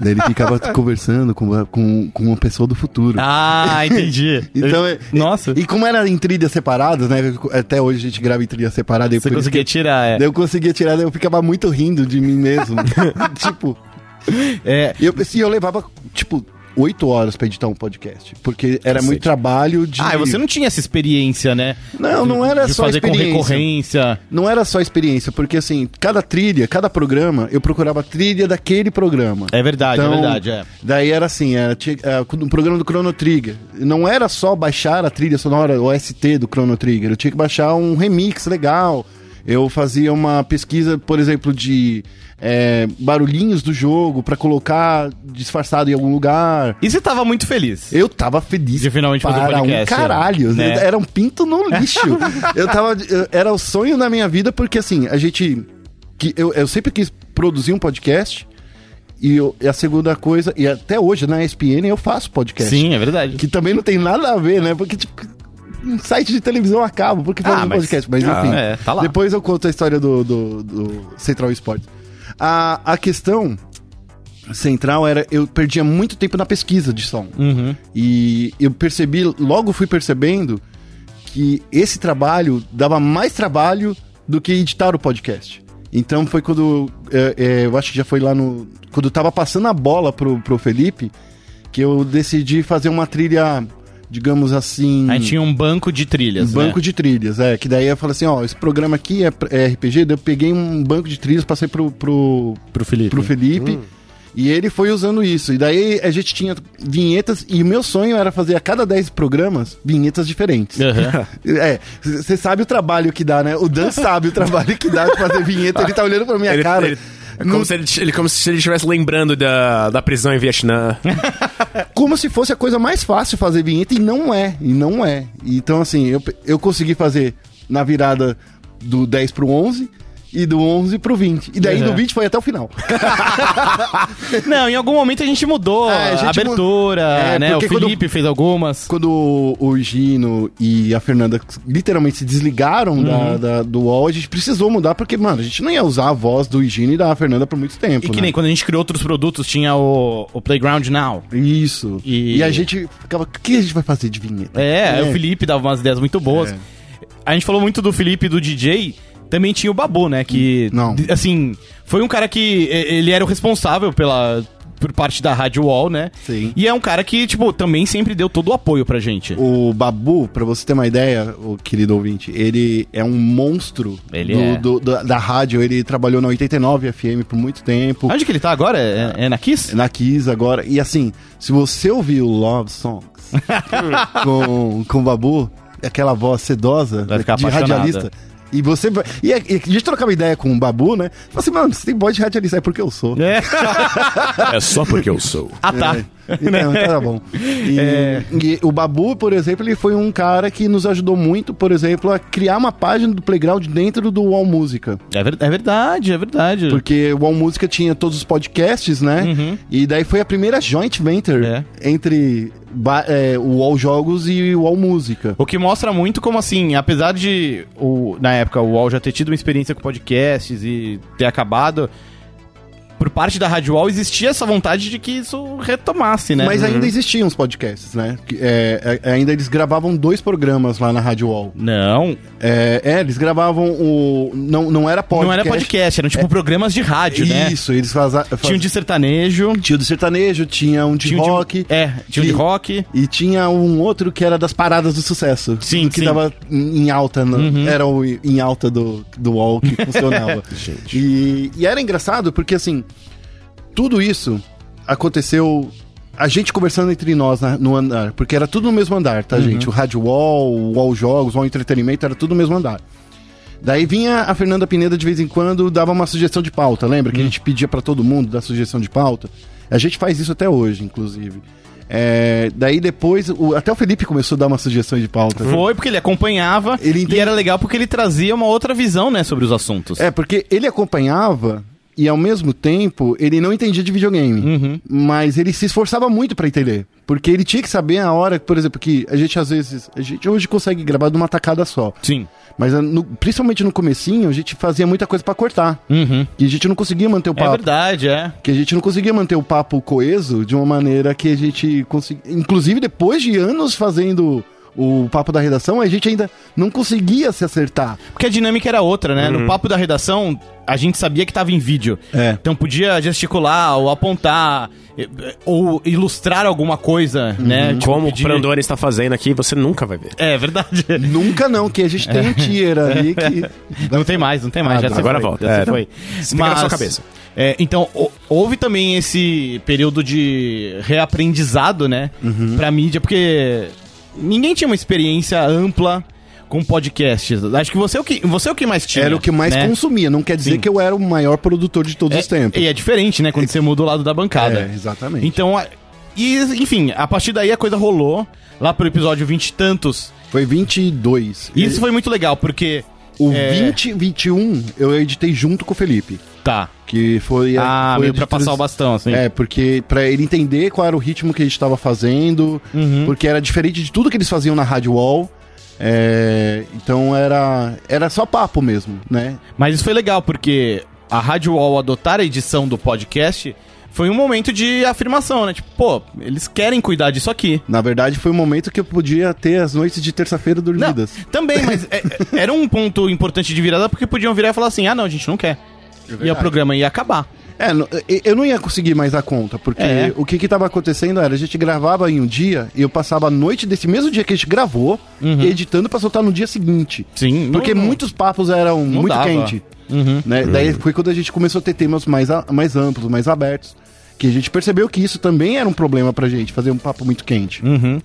B: Daí ele ficava conversando com, a- com, com uma pessoa do futuro.
A: Ah, entendi.
B: [LAUGHS] Então, é-
A: Nossa.
B: E como era em trilhas separadas, né? Até hoje a gente grava em trilha separada. eu
A: Você
B: por isso
A: conseguia tirar, é.
B: que- daí Eu conseguia tirar, daí eu ficava muito rindo de mim mesmo.
A: [LAUGHS]
B: [LAUGHS] tipo,
A: é.
B: eu, assim, eu levava, tipo, oito horas pra editar um podcast. Porque era
C: Cacete.
B: muito trabalho de.
A: Ah, e você não tinha essa experiência, né?
B: Não, não era
A: de
B: só
A: fazer com
B: experiência.
A: recorrência.
B: Não era só experiência, porque assim, cada trilha, cada programa, eu procurava a trilha daquele programa. Então,
A: É verdade, é verdade, é.
B: Daí era assim, era, tinha, era um programa do Chrono Trigger. Não era só baixar a trilha sonora OST do Chrono Trigger, eu tinha que baixar um remix legal. Eu fazia uma pesquisa, por exemplo, de é, barulhinhos do jogo pra colocar disfarçado em algum lugar.
A: E você tava muito feliz.
B: Eu tava feliz.
A: De finalmente fazer
B: para
A: um podcast,
B: Um caralho,
A: né?
B: era um
A: [LAUGHS]
B: pinto no lixo. eu tava. eu- Era o sonho da minha vida, porque assim, a gente. Que eu, eu sempre quis produzir um podcast. E, eu- e a segunda coisa, e até hoje na ESPN eu faço podcast.
A: Sim, é verdade.
B: Que também não tem nada a ver, né? Porque, tipo, um site de televisão acaba, porque faz
A: Ah,
B: um
A: mas-
B: podcast. Mas
C: ah,
B: enfim.
A: é, tá lá.
B: Depois eu conto a história do, do, do Central Esporte. A, a questão central era eu perdia muito tempo na pesquisa de som.
A: Uhum.
B: E eu percebi, logo fui percebendo que esse trabalho dava mais trabalho do que editar o podcast. Então foi quando. é, é, eu acho que já foi lá no. Quando eu tava passando a bola pro, pro Felipe, que eu decidi fazer uma trilha, digamos assim.
A: A gente tinha um banco de trilhas.
B: Um banco
A: né?
B: de trilhas, é. Que daí eu falei assim, ó, esse programa aqui é, é RPG, daí eu peguei um banco de trilhas, passei pro, pro,
A: pro Felipe.
B: pro
C: Uhum.
B: Felipe.
C: Hum.
B: E ele foi usando isso. E daí a gente tinha vinhetas, e meu sonho era fazer a cada 10 programas vinhetas diferentes.
A: Aham.
B: [LAUGHS] É, você sabe o trabalho que dá, né? O Dan sabe o trabalho que dá de fazer vinheta, ele tá olhando pra minha
C: Ele-
B: cara.
C: ele- é
B: Não-
C: como, se ele, ele- como se ele estivesse lembrando da, da prisão em Vietnã. é?
B: como se fosse a coisa mais fácil fazer vinheta e não é, e não é. Então assim, eu, pe- eu consegui fazer na virada do 10 pro 11 e do 11 pro 20. E daí
A: Uhum.
B: do 20 foi até o final.
A: Não, em algum momento a gente mudou
B: É, a
A: a,
B: gente mu-
A: abertura,
B: É,
A: né? O
B: porque quando-
A: Felipe fez algumas.
B: Quando o- o Gino e a Fernanda literalmente se desligaram da-
A: Uhum.
B: da- do UOL, a gente precisou mudar porque, mano, a gente não ia usar a voz do Gino e da Fernanda por muito tempo.
A: E que
B: né?
A: nem quando a gente criou outros produtos, tinha o, o Playground Now.
B: Isso.
A: E-
B: E... a gente ficava, o que a gente vai fazer de vinheta?
A: É, aí
B: É.
A: o Felipe dava umas ideias muito boas.
B: É.
A: A gente falou muito do Felipe e do DJ. Também tinha o Babu, né? Que.
B: Não.
A: d- Assim, foi um cara que. e- Ele era o responsável pela. Por parte da Rádio Wall, né?
B: Sim.
A: E é um cara que, tipo, também sempre deu todo o apoio pra gente.
B: O Babu, pra você ter uma ideia, o querido ouvinte, ele é um monstro
A: Ele
B: do-
A: é.
B: do- da, da rádio. Ele trabalhou na 89 FM por muito tempo,
A: Onde que ele tá agora? É, é na Kiss?
B: na Kiss agora. E assim, se você ouvir o
A: [LAUGHS]
B: Love Songs com, com o Babu, aquela voz sedosa
A: Vai ficar
B: de
A: apaixonada.
B: radialista. E você. vai- E a, e a gente trocava ideia com o Babu, né? Fala assim, mano, você tem voz de radialista, é porque eu sou.
A: É.
C: É só porque eu sou.
A: [LAUGHS] Ah, tá.
B: Então, tá bom. E,
A: É.
B: e o Babu, por exemplo, ele foi um cara que nos ajudou muito, por exemplo, a criar uma página do Playground dentro do UOL Música.
A: É, ver- é verdade, é verdade.
B: Porque o UOL Música tinha todos os podcasts, né?
A: Uhum.
B: E daí foi a primeira joint venture
A: É.
B: entre ba- é, o UOL Jogos e o UOL Música.
A: O que mostra muito como, assim, apesar de, o, na época, o UOL já ter tido uma experiência com podcasts e ter acabado, por parte da Rádio Wall existia essa vontade de que isso retomasse, né?
B: Mas ainda existiam os podcasts, né? Que, é, é, ainda eles gravavam dois programas lá na Rádio UOL.
A: Uhum. Não,
B: É, é, eles gravavam o. Não, não era podcast. É.
A: não era podcast, eram tipo programas de rádio, né?
B: Isso, eles faziam.
A: Tinha um de sertanejo,
B: Tinha o de sertanejo, tinha um de
A: tinha um de-
B: rock.
A: É, tinha um de
B: E-
A: rock.
B: E tinha um outro que era das paradas do sucesso.
A: Sim,
B: do
A: sim.
B: que
A: Uhum.
B: tava em em alta, no- era o em alta do, do UOL
A: [LAUGHS]
B: que funcionava.
C: Gente.
B: e, e era engraçado porque, assim, tudo isso aconteceu. A gente conversando entre nós na- no andar, porque era tudo no mesmo andar,
A: Uhum.
B: tá, gente? O Rádio UOL, o UOL Jogos, o UOL Entretenimento, era tudo no mesmo andar. Daí vinha a Fernanda Pineda de vez em quando, dava uma sugestão de pauta, lembra?
A: Hum.
B: Que a gente pedia pra todo mundo dar sugestão de pauta. A gente faz isso até hoje, inclusive. É, daí depois, o- até o Felipe começou a dar uma sugestão de pauta.
A: Foi porque ele acompanhava
B: Uhum. Ele entende-
A: e era legal porque ele trazia uma outra visão, né, sobre os assuntos.
B: É, porque ele acompanhava e ao mesmo tempo ele não entendia de videogame.
A: Uhum.
B: Mas ele se esforçava muito pra entender. Porque ele tinha que saber a hora, por exemplo, que a gente às vezes. A gente hoje consegue gravar de uma tacada só.
A: Sim.
B: Mas ah, no- principalmente no comecinho, a gente fazia muita coisa pra cortar.
A: Uhum.
B: E a gente não conseguia manter o
A: É
B: papo.
A: verdade, é.
B: que a gente não conseguia manter o papo coeso de uma maneira que a gente conseguia. Inclusive, depois de anos fazendo o papo da redação, a gente ainda não conseguia se acertar.
A: Porque a dinâmica era outra, né?
C: Uhum.
A: No papo da redação, a gente sabia que tava em vídeo.
B: É.
A: Então podia gesticular ou apontar eh, ou ilustrar alguma coisa,
B: Uhum.
A: né? Tipo,
C: Como
A: pedir-
C: o Brandoni está fazendo aqui, você nunca vai ver.
A: É
B: [LAUGHS]
A: verdade.
B: Nunca não, que a
A: [LAUGHS]
B: gente
A: É.
B: tem um tier ali que.
A: Não tem mais, não tem mais.
B: Ah,
A: já
B: tá.
A: se
C: Agora
A: foi,
C: volta.
A: Já se
C: É.
A: foi.
C: Você tem que na sua cabeça.
A: é, então, ho- houve também esse período de reaprendizado, né?
B: Uhum.
A: Pra mídia, porque ninguém tinha uma experiência ampla com podcasts. Acho que você é o que, você é o que mais tinha.
B: Era o que mais
A: né?
B: consumia. Não quer dizer
A: Sim.
B: que eu era o maior produtor de todos os tempos.
A: E é diferente, né? Quando você muda o lado da bancada.
B: É, exatamente.
A: Então, a- e, enfim, a partir daí a coisa rolou. Lá pro episódio 20 e tantos.
B: Foi 22.
A: E isso foi muito legal, porque.
B: O
A: é,
B: 20 21 eu editei junto com o Felipe.
A: Tá.
B: Que foi.
A: Ah,
B: foi
A: meio pra
B: editor-
A: passar o bastão, assim.
B: É, porque pra ele entender qual era o ritmo que a gente tava fazendo,
A: Uhum.
B: porque era diferente de tudo que eles faziam na Rádio Wall. É, então era era só papo mesmo, né?
A: Mas isso foi legal, porque a Rádio UOL adotar a edição do podcast foi um momento de afirmação, né? Tipo, pô, eles querem cuidar disso aqui.
B: Na verdade, foi o momento que eu podia ter as noites de terça-feira
A: Não,
B: dormidas.
A: também, mas é- é- era um ponto importante de virada, porque podiam virar e falar assim, ah, não, a gente não quer. e o
B: É verdade.
A: programa ia acabar.
B: É, no- e- eu não ia conseguir mais a conta, porque
A: É.
B: o que que tava acontecendo era, a gente gravava em um dia e eu passava a noite desse mesmo dia que a gente gravou, editando pra soltar no dia seguinte.
A: Uhum. Sim.
B: Porque muitos papos eram muito
A: dava.
B: quente.
A: Uhum.
B: né? Daí foi quando a gente começou a ter temas mais, a- mais amplos, mais abertos. Que a gente percebeu que isso também era um problema pra gente, fazer um papo muito quente.
A: Uhum.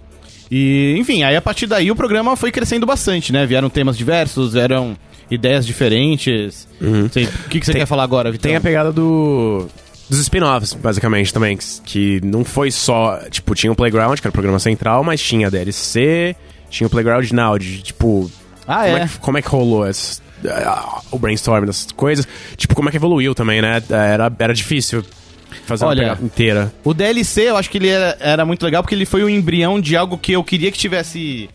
A: E, enfim, aí a partir daí o programa foi crescendo bastante, né? Vieram temas diversos, vieram ideias diferentes. Não Sei, o que, que você quer falar agora, Vitão?
C: Uhum. Tem a pegada do. Dos spin-offs, basicamente, também. que- Que não foi só. Tipo, tinha o Playground, que era o programa central, mas tinha a DLC, tinha o Playground Now, de, tipo.
A: Ah,
C: como
A: é?
C: é que, como é que rolou esse- ah, o brainstorm dessas coisas? Tipo, como é que evoluiu também, né? Era, era difícil fazer
A: Olha,
C: uma pegada inteira.
A: O DLC, eu acho que ele era, era muito legal porque ele foi o embrião de algo que eu queria que tivesse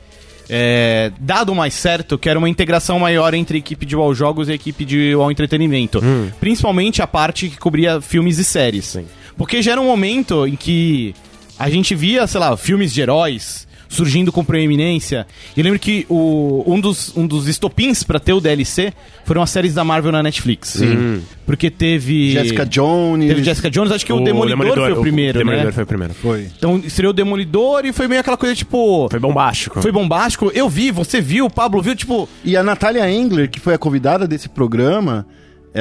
A: é, dado mais certo, que era uma integração maior entre a equipe de UOL Jogos e a equipe de UOL Entretenimento. Principalmente a parte que cobria filmes e séries. Porque já era um momento em que a gente via, sei lá, filmes de heróis surgindo com proeminência. E eu lembro que o, um, dos, um dos estopins pra ter o DLC foram as séries da Marvel na Netflix. Sim. Porque teve...
B: Jessica Jones.
A: Teve Jessica Jones, acho que o, Demolidor, foi o primeiro,
C: O Demolidor
A: né?
C: foi o primeiro.
B: Foi.
A: Então seria o Demolidor e foi meio aquela coisa, tipo.
C: Foi bombástico.
A: Foi bombástico. Eu vi, você viu, o Pablo viu, tipo.
B: E a Natália Engler, que foi a convidada desse programa,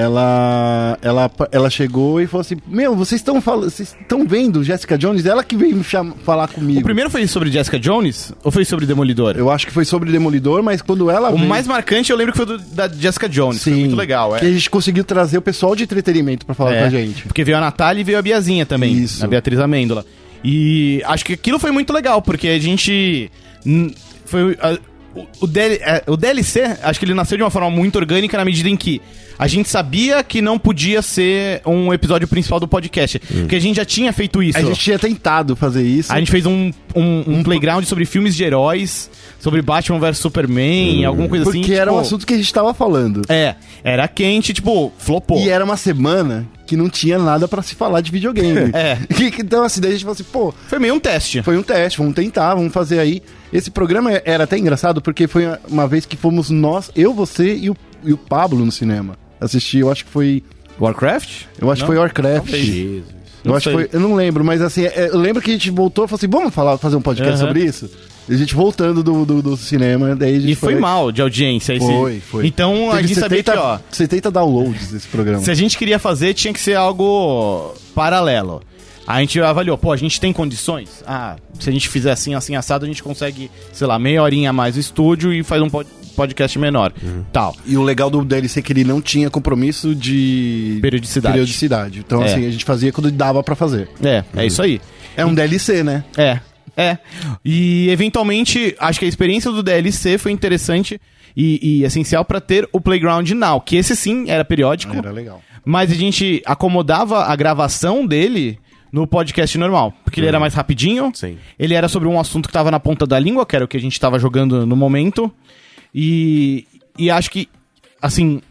B: ela ela, ela chegou e falou assim: Meu, vocês estão fal- vocês estão vendo Jessica Jones? Ela que veio me cham- falar comigo.
A: O primeiro foi sobre Jessica Jones ou foi sobre Demolidor?
B: Eu acho que foi sobre Demolidor, mas quando ela.
A: O
B: veio-
A: mais marcante eu lembro que foi do- da Jessica Jones. Foi
B: Sim.
A: muito legal, é.
B: Que a gente conseguiu trazer o pessoal de entretenimento pra falar
A: É,
B: com a gente.
A: Porque veio a Natália e veio a Biazinha também.
B: Isso.
A: A Beatriz Amêndola. E acho que aquilo foi muito legal, porque a gente. n- Foi. a- o- o, DL é, o DLC, acho que ele nasceu de uma forma muito orgânica na medida em que a gente sabia que não podia ser um episódio principal do podcast. Porque a gente já tinha feito isso.
B: Hum. A gente tinha tentado fazer isso.
A: A gente fez um, um, um playground sobre filmes de heróis, sobre Batman vs Superman, alguma coisa
B: Hum. Porque
A: assim.
B: era
A: tipo,
B: um assunto que a gente tava falando.
A: É, era quente, tipo, flopou.
B: E era uma semana que não tinha nada pra se falar de videogame.
A: [LAUGHS] É.
B: Que- que- Então, assim, daí a gente falou assim, pô,
A: Foi meio um teste.
B: foi um teste, vamos tentar, vamos fazer aí. Esse programa era até engraçado porque foi uma vez que fomos nós, eu, você e o, e o Pablo no cinema. Assistir, eu acho que foi.
C: Warcraft?
B: Eu acho
A: Não?
B: que foi Warcraft.
C: Jesus.
B: Eu
A: Não
B: acho que
A: sei.
B: foi, eu não lembro, mas assim, é, eu lembro que a gente voltou e falou assim: vamos falar, fazer um podcast
A: Aham.
B: sobre isso? E a gente voltando do, do, do cinema, daí a gente
A: E foi mal de audiência. Esse...
B: Foi, foi.
A: Então a
B: Teve
A: gente sabia que, ó,
B: 70 downloads desse programa.
A: se a gente queria fazer, tinha que ser algo paralelo. A gente avaliou, pô, a gente tem condições? Ah, se a gente fizer assim, assim, assado, a gente consegue, sei lá, meia horinha a mais o estúdio e faz um pod- podcast menor. Tal.
B: E o legal do DLC é que ele não tinha compromisso de
A: Periodicidade.
B: periodicidade. Então,
A: É.
B: assim, a gente fazia quando dava pra fazer.
A: É, é isso aí.
B: É um DLC, né?
A: É, é. E eventualmente, acho que a experiência do DLC foi interessante e, e essencial pra ter o Playground Now, que esse sim era periódico,
B: Era legal.
A: mas a gente acomodava a gravação dele no podcast normal, porque ele era mais rapidinho.
C: Sim.
A: Ele era sobre um assunto que tava na ponta da língua, que era o que a gente tava jogando no momento. E, e acho que, assim,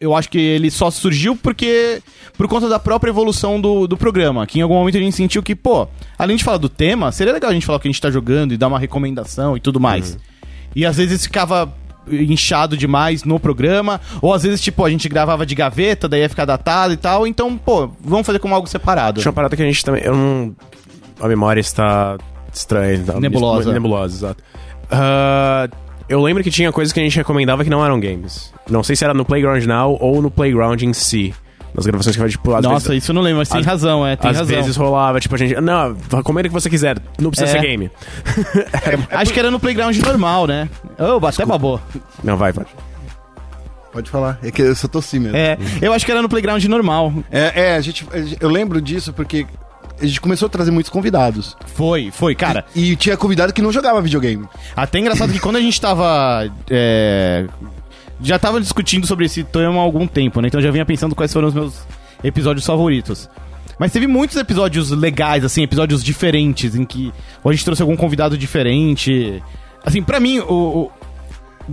A: eu acho que ele só surgiu porque. por conta da própria evolução do, do programa. Que em algum momento a gente sentiu que, pô, além de falar do tema, seria legal a gente falar o que a gente tá jogando e dar uma recomendação e tudo mais.
C: Uhum.
A: E às vezes ficava inchado demais no programa, ou às vezes, tipo, a gente gravava de gaveta, daí ia ficar datado e tal, então, pô, vamos fazer como algo separado.
C: Tinha uma parada que a gente também. Eu não. A memória está estranha. tá?
A: Nebulosa.
C: Nebulosa, exato. Ah, eu lembro que tinha coisas que a gente recomendava que não eram games. Não sei se era no Playground Now ou no Playground em si. Nas gravações que a gente, tipo, às
A: Nossa,
C: vezes,
A: isso eu não lembro, mas tem
C: às-
A: razão, é, tem
C: às
A: razão.
C: vezes rolava, tipo, a gente. Não, recomenda o que você quiser. Não precisa
A: É.
C: ser game.
A: Acho que era no playground normal, né? Ô, até babou.
C: Não, vai, vai.
B: Pode falar. É que eu só tossi mesmo.
A: É, eu acho que era no playground normal.
B: É, é, a gente, eu lembro disso porque a gente começou a trazer muitos convidados.
A: Foi, foi, cara.
B: E tinha convidado que não jogava videogame.
A: Até engraçado que quando a gente tava. é, já tava discutindo sobre esse tema há algum tempo, né? Então eu já vinha pensando quais foram os meus episódios favoritos. Mas teve muitos episódios legais, assim, episódios diferentes, em que ou a gente trouxe algum convidado diferente. Assim, pra mim, o. o-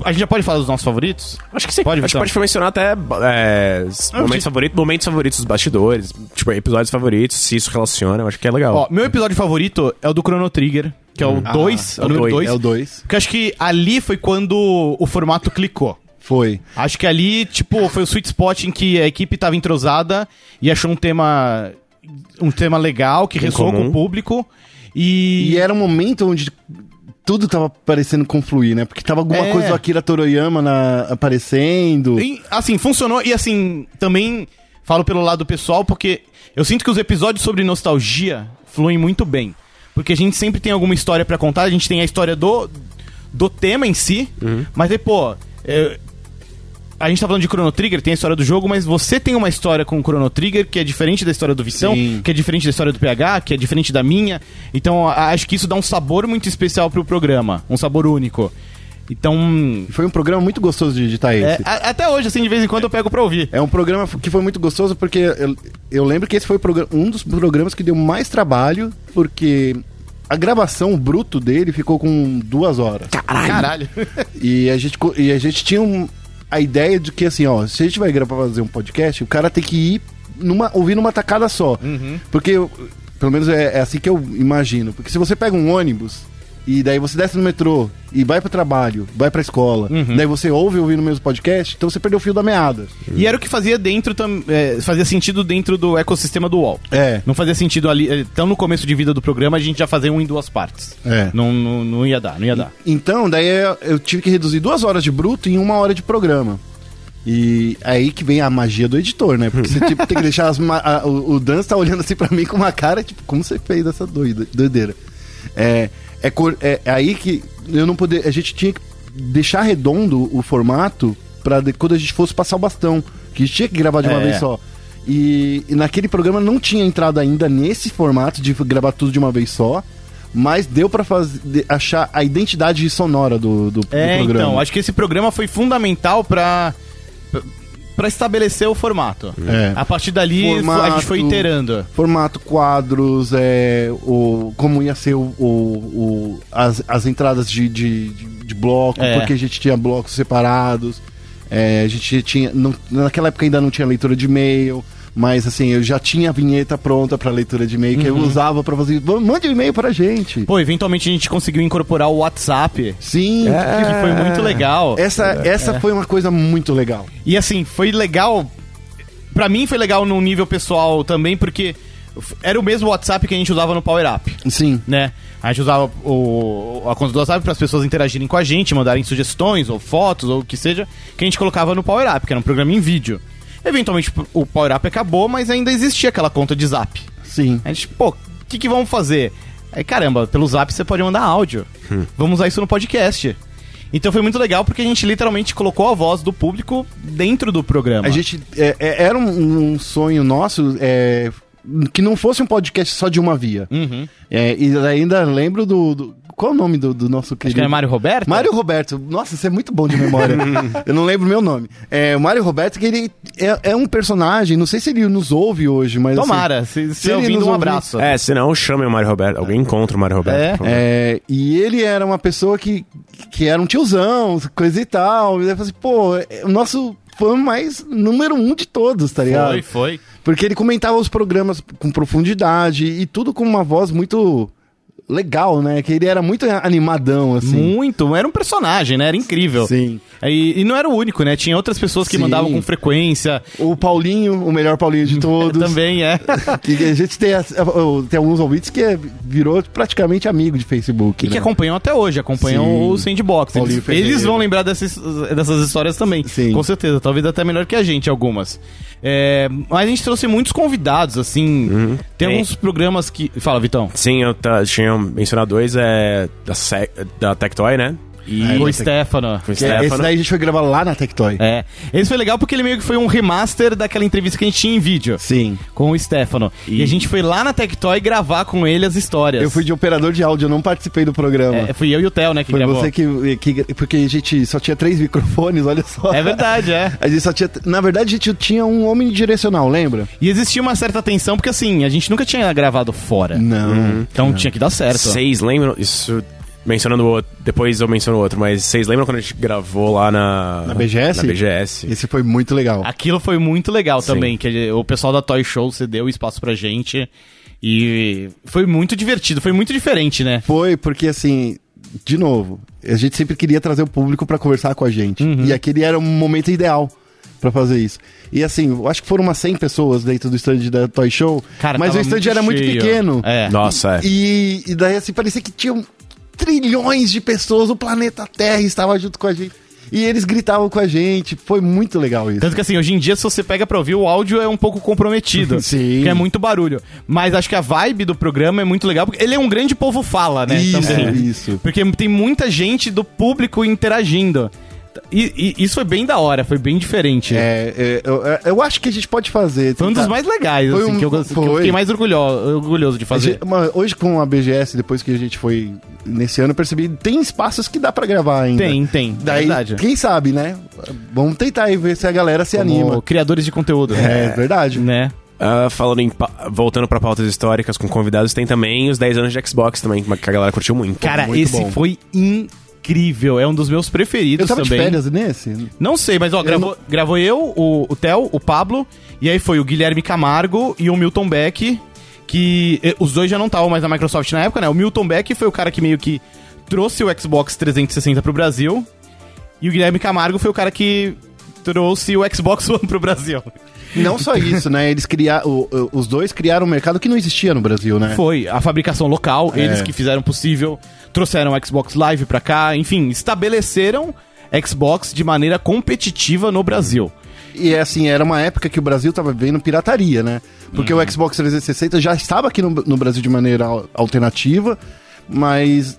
A: a gente já pode falar dos nossos favoritos?
C: Acho que sim.
A: Pode,
C: Acho que
A: Vitão.
C: pode mencionar até é, momentos,
A: que-
C: favoritos, momentos favoritos dos bastidores, tipo, episódios favoritos, se isso relaciona, eu acho que é legal.
A: Ó, meu episódio favorito é o do Chrono Trigger, que é o 2,
C: é
A: o
C: o
A: número
C: dois.
A: 2.
B: É o 2.
A: Porque eu acho que ali foi quando o formato clicou.
B: Foi.
A: Acho que ali, tipo, foi o sweet spot em que a equipe tava entrosada e achou um tema um tema legal que ressoou com
C: comum.
A: o público
B: E
A: e,
B: era um momento onde tudo tava parecendo confluir, né? Porque tava alguma
A: É.
B: coisa do Akira Toroyama na- aparecendo.
A: e, assim, funcionou e assim, também falo pelo lado pessoal porque eu sinto que os episódios sobre nostalgia fluem muito bem, porque a gente sempre tem alguma história pra contar, a gente tem a história do do tema em si, mas aí, pô, é, a gente tá falando de Chrono Trigger, tem a história do jogo, mas você tem uma história com o Chrono Trigger que é diferente da história do Vitão,
B: Sim.
A: que é diferente da história do PH, que é diferente da minha. Então, a- acho que isso dá um sabor muito especial pro programa, um sabor único. Então,
B: Foi um programa muito gostoso de editar
A: é,
B: esse. É,
A: a- até hoje, assim, de vez em quando eu pego pra ouvir.
B: um programa f- que foi muito gostoso porque eu, eu lembro que esse foi o progra- um dos programas que deu mais trabalho, porque a gravação bruto dele ficou com duas horas.
A: Caralho.
B: [LAUGHS] E a gente, co- e a gente tinha um- a ideia de que, assim, ó, se a gente vai gravar fazer um podcast, o cara tem que ir numa, ouvir numa tacada só. Porque, eu- pelo menos é, é assim que eu imagino. Porque se você pega um ônibus e daí você desce no metrô e vai pro trabalho, vai pra escola, daí você ouve ouvindo o mesmo podcast, então você perdeu o fio da meada.
A: E era o que fazia dentro, tam- é, fazia sentido dentro do ecossistema do UOL.
B: É.
A: Não fazia sentido ali, é, tão no começo de vida do programa, a gente já fazia um em duas partes.
B: É.
A: Não, não, não ia dar, não ia dar.
B: Então, daí eu, eu tive que reduzir duas horas de bruto em uma hora de programa. E aí que vem a magia do editor, né? Porque você tipo, tem que deixar as ma- a- o, o Dan tá olhando assim pra mim com uma cara, tipo, como você fez essa doida, doideira? É, é, cor- é- é aí que eu não poder. A gente tinha que deixar redondo o formato pra de- quando a gente fosse passar o bastão. Que a gente tinha que gravar de uma
A: É.
B: vez só. E, e naquele programa não tinha entrado ainda nesse formato de gravar tudo de uma vez só. Mas deu pra faz- de- achar a identidade sonora do, do, do
A: É,
B: programa.
A: então, acho que esse programa foi fundamental pra para estabelecer o formato.
B: É.
A: A partir dali a gente foi
B: Formato.
A: iterando.
B: formato, quadros, é, o, como ia ser o, o- o- as, as entradas de, de, de- de bloco,
A: É.
B: porque a gente tinha blocos separados, é, a gente tinha. não- naquela época ainda não tinha leitura de e-mail. Mas assim, eu já tinha a vinheta pronta pra leitura de e-mail
A: Uhum.
B: que eu usava pra fazer. "Vã- Mande um e-mail pra gente.
A: Pô, eventualmente a gente conseguiu incorporar o WhatsApp.
B: Sim.
A: Que foi muito legal.
B: Essa,
A: É.
B: essa foi uma coisa muito legal.
A: E assim, foi legal. Pra mim foi legal no nível pessoal também, porque f- era o mesmo WhatsApp que a gente usava no Power Up,
B: Sim.
A: né? A gente usava o, a conta do WhatsApp para as pessoas interagirem com a gente, mandarem sugestões ou fotos ou o que seja, que a gente colocava no Power Up, que era um programa em vídeo. Eventualmente o Power Up acabou, mas ainda existia aquela conta de Zap.
B: Sim.
A: A gente, pô, o que, que vamos fazer? Aí, caramba, pelo zap você pode mandar áudio.
B: Hum.
A: Vamos usar isso no podcast. Então foi muito legal porque a gente literalmente colocou a voz do público dentro do programa.
B: A gente. é, é, era um, um sonho nosso é, que não fosse um podcast só de uma via.
A: Uhum.
B: É, e ainda lembro do. do- qual é o nome do, do nosso
A: Acho
B: querido?
A: que era Mário Roberto?
B: Mário Roberto, nossa, você é muito bom
A: [LAUGHS]
B: de memória. eu não lembro o meu nome. É, o Mário Roberto, que ele é, é um personagem, não sei se ele nos ouve hoje, mas. assim,
A: Tomara, se, se,
B: se ele
A: ouvindo,
B: nos
A: um
B: ouvir-
A: abraço.
C: É, se não, chame o Mário Roberto. Alguém encontra o Mário Roberto.
A: É.
C: por favor.
B: É, e ele era uma pessoa que, que era um tiozão, coisa e tal. E eu falei assim, pô, é o nosso fã mais número um de todos, tá ligado?
A: Foi, foi.
B: Porque ele comentava os programas com profundidade e tudo com uma voz muito legal, né? Que ele era muito animadão, assim.
A: Muito, era um personagem, né? Era incrível.
B: Sim.
A: E, e não era o único, né? Tinha outras pessoas que
B: Sim.
A: mandavam com frequência.
B: O Paulinho, o melhor Paulinho
A: [LAUGHS]
B: de todos.
A: Também é.
B: [LAUGHS] Que a gente tem, as- tem alguns ouvintes que é- virou praticamente amigo de Facebook.
A: E que é
B: né?
A: acompanham até hoje, acompanham
B: Sim.
A: o Sandbox.
B: Paulinho
A: Eles,
B: Ferreira.
A: eles vão lembrar dessas, dessas histórias também.
B: Sim.
A: Com certeza, talvez até melhor que a gente, algumas. É, mas a gente trouxe muitos convidados, assim.
B: Uhum.
A: Tem
B: É.
C: Tem.
A: alguns programas que. Fala, Vitão.
C: Sim, eu ta- tinha mencionado dois, é da, Se- da Tectoy, né? E
B: É,
A: o
B: tem-
A: Stefano.
C: o
B: Que é- Esse
C: Stefano.
B: daí a gente foi gravar lá na Tectoy.
A: É. Esse foi legal porque ele meio que foi um remaster daquela entrevista que a gente tinha em vídeo
B: Sim.
A: com o Stefano. E,
C: E-
A: a gente foi lá na Tectoy gravar com ele as histórias.
B: Eu fui de operador de áudio, eu não participei do programa.
A: É, fui eu e o Theo, né, que
B: Foi
A: gravou.
B: você que, que- Porque a gente só tinha três microfones, olha só.
A: É verdade,
B: [LAUGHS]
A: é.
B: A gente só tinha. Na verdade, a gente tinha um homem direcional, lembra?
A: E existia uma certa tensão, porque assim, a gente nunca tinha gravado fora.
B: Não.
A: Então tinha que dar certo.
C: Vocês lembram? Isso. Mencionando o outro, depois eu menciono o outro, mas vocês lembram quando a gente gravou lá na.
B: Na BGS?
C: Na BGS.
B: Esse foi muito legal.
A: [LAUGHS] Aquilo foi muito legal
C: Sim.
A: também, que o pessoal da Toy Show cedeu espaço pra gente. E foi muito divertido, foi muito diferente, né?
B: Foi porque, assim, de novo, a gente sempre queria trazer o público pra conversar com a gente.
A: Uhum.
B: E aquele era o momento ideal pra fazer isso. E assim, eu acho que foram umas 100 pessoas dentro do stand da Toy Show,
A: Cara,
B: mas o
A: tava
B: stand era muito
A: cheio.
B: pequeno.
A: É.
C: Nossa, é.
B: E, e daí, assim, parecia que tinham trilhões de pessoas, o planeta Terra estava junto com a gente. E eles gritavam com a gente, foi muito legal isso.
A: Tanto que assim, hoje em dia, se você pega pra ouvir, o áudio é um pouco comprometido.
B: [LAUGHS] Sim.
A: Porque é muito barulho. Mas acho que a vibe do programa é muito legal, porque ele é um grande povo fala, né?
B: isso,
A: também.
B: isso.
A: Porque tem muita gente do público interagindo. E, e isso foi bem da hora, foi bem diferente.
B: É, é, eu, eu acho que a gente pode fazer.
A: Foi um dos
B: tentar-
A: mais legais,
B: Foi
A: assim,
B: um-
A: que, eu, que eu
B: foi.
A: fiquei mais orgulhoso, orgulhoso de
B: A
A: fazer.
B: gente- mas hoje com a BGS, depois que a gente foi nesse ano, eu percebi tem espaços que dá pra gravar ainda.
A: Tem, tem.
B: Né?
A: É
B: Daí,
A: verdade.
B: quem sabe, né? Vamos tentar aí ver se a galera se
A: Como
B: anima.
A: criadores de conteúdo.
B: É, verdade.
A: Né?
C: Ah, falando em. pa- Voltando pra pautas históricas com convidados, tem também os 10 anos de Xbox também, que a galera curtiu muito.
A: Cara,
B: muito
A: esse
B: bom.
A: foi incrível. É um dos meus preferidos
B: Eu tava
A: também.
B: de férias nesse?
A: Não sei, mas ó, gravou, gravou eu, o, o Theo, o Pablo, e aí foi o Guilherme Camargo e o Milton Beck, que eh, os dois já não estavam mais na Microsoft na época, né? O Milton Beck foi o cara que meio que trouxe o Xbox 360 pro Brasil, e o Guilherme Camargo foi o cara que trouxe o Xbox [LAUGHS] One pro Brasil.
B: Não só isso, né? Eles criaram. Os dois criaram um mercado que não existia no Brasil, né?
A: É. Foi a fabricação local, eles que fizeram possível, trouxeram o Xbox Live pra cá, enfim, estabeleceram Xbox de maneira competitiva no Brasil.
B: E assim, era uma época que o Brasil tava vivendo pirataria, né? Porque
A: Uhum.
B: o Xbox 360 já estava aqui no, no Brasil de maneira al- alternativa, mas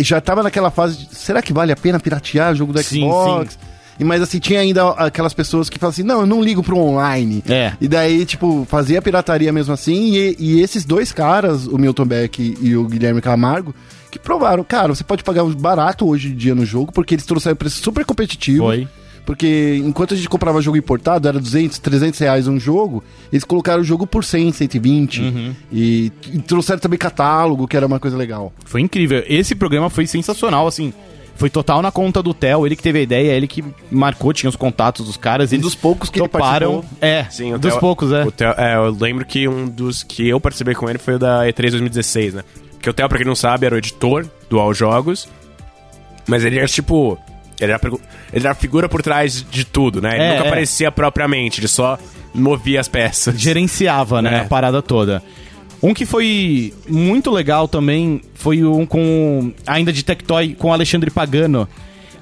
B: já tava naquela fase de, será que vale a pena piratear o jogo do
A: Sim,
B: Xbox? E mas assim, tinha ainda aquelas pessoas que falam assim, não, eu não ligo pro online.
A: É.
B: E daí, tipo, fazia pirataria mesmo assim, e, e esses dois caras, o Milton Beck e o Guilherme Camargo, que provaram, cara, você pode pagar um barato hoje em dia no jogo, porque eles trouxeram preço super competitivo.
A: Foi.
B: Porque enquanto a gente comprava jogo importado, era 200, 300 reais um jogo, eles colocaram o jogo por 100, 120.
A: Uhum.
B: E, e trouxeram também catálogo, que era uma coisa legal.
A: Foi incrível. Esse programa foi sensacional, assim. Foi total na conta do Theo, ele que teve a ideia, ele que marcou, tinha os contatos dos caras. eles
B: dos poucos que ele
A: toparam.
B: participou.
A: É,
C: Sim, o
A: dos
C: Theo-
A: poucos, é.
C: o Theo- é, eu lembro que um dos que eu participei com ele foi o da E3 2016, né? Porque o Theo, pra quem não sabe, era o editor do All Jogos. Mas ele era tipo. Ele era, pergu- ele era a figura por trás de tudo, né? Ele
A: É,
C: nunca
A: é.
C: aparecia propriamente, ele só movia as peças.
A: gerenciava, né,
C: É.
A: a parada toda. Um que foi muito legal também foi um com ainda de Tectoy com o Alexandre Pagano,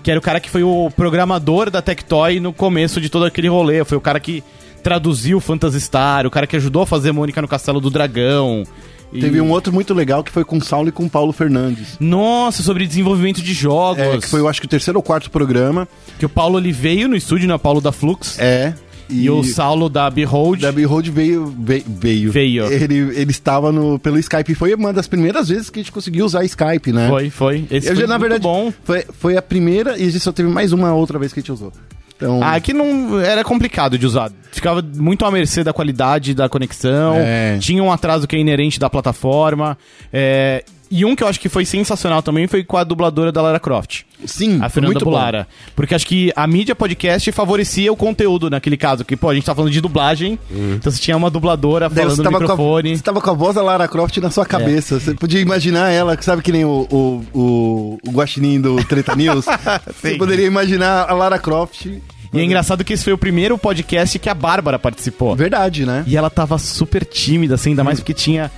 A: que era o cara que foi o programador da Tectoy no começo de todo aquele rolê, foi o cara que traduziu Phantasy Star, o cara que ajudou a fazer Mônica no Castelo do Dragão. E-
B: Teve um outro muito legal que foi com o Saulo e com o Paulo Fernandes.
A: Nossa, sobre desenvolvimento de jogos.
B: É, que foi, eu acho que o terceiro ou quarto programa.
A: Que o Paulo ele veio no estúdio, na Paulo da Flux,
B: É.
A: e, o Saulo da Behold.
B: Debbie Road veio, veio. Veio.
A: Veio.
B: Ele, ele estava no, pelo Skype. Foi uma das primeiras vezes que a gente conseguiu usar Skype, né?
A: Foi, foi. Esse
B: Eu
A: foi
B: já, na
A: muito
B: verdade,
A: bom.
B: Foi, foi a primeira e a gente só teve mais uma outra vez que a gente usou. Então,
A: Ah, que não era complicado de usar. Ficava muito à mercê da qualidade da conexão.
B: É.
A: Tinha um atraso que é inerente da plataforma. É, E um que eu acho que foi sensacional também foi com a dubladora da Lara Croft,
B: sim,
A: a Fernanda
B: foi Hum, muito bom.
A: Bulara. Porque acho que a mídia podcast favorecia o conteúdo naquele caso. Que, pô, a gente tá falando de dublagem. Então você tinha uma dubladora
B: Hum. Daí
A: falando no
B: tava com a-
A: microfone. É.
B: você tava com a voz da Lara Croft na sua cabeça. Você podia imaginar ela, sabe que nem o, o, o, o guaxinim do Treta
A: [LAUGHS]
B: News? você poderia imaginar a Lara Croft.
A: E é engraçado que esse foi o primeiro podcast que a Bárbara participou.
B: Verdade, né?
A: E ela tava super tímida, assim, ainda mais porque tinha.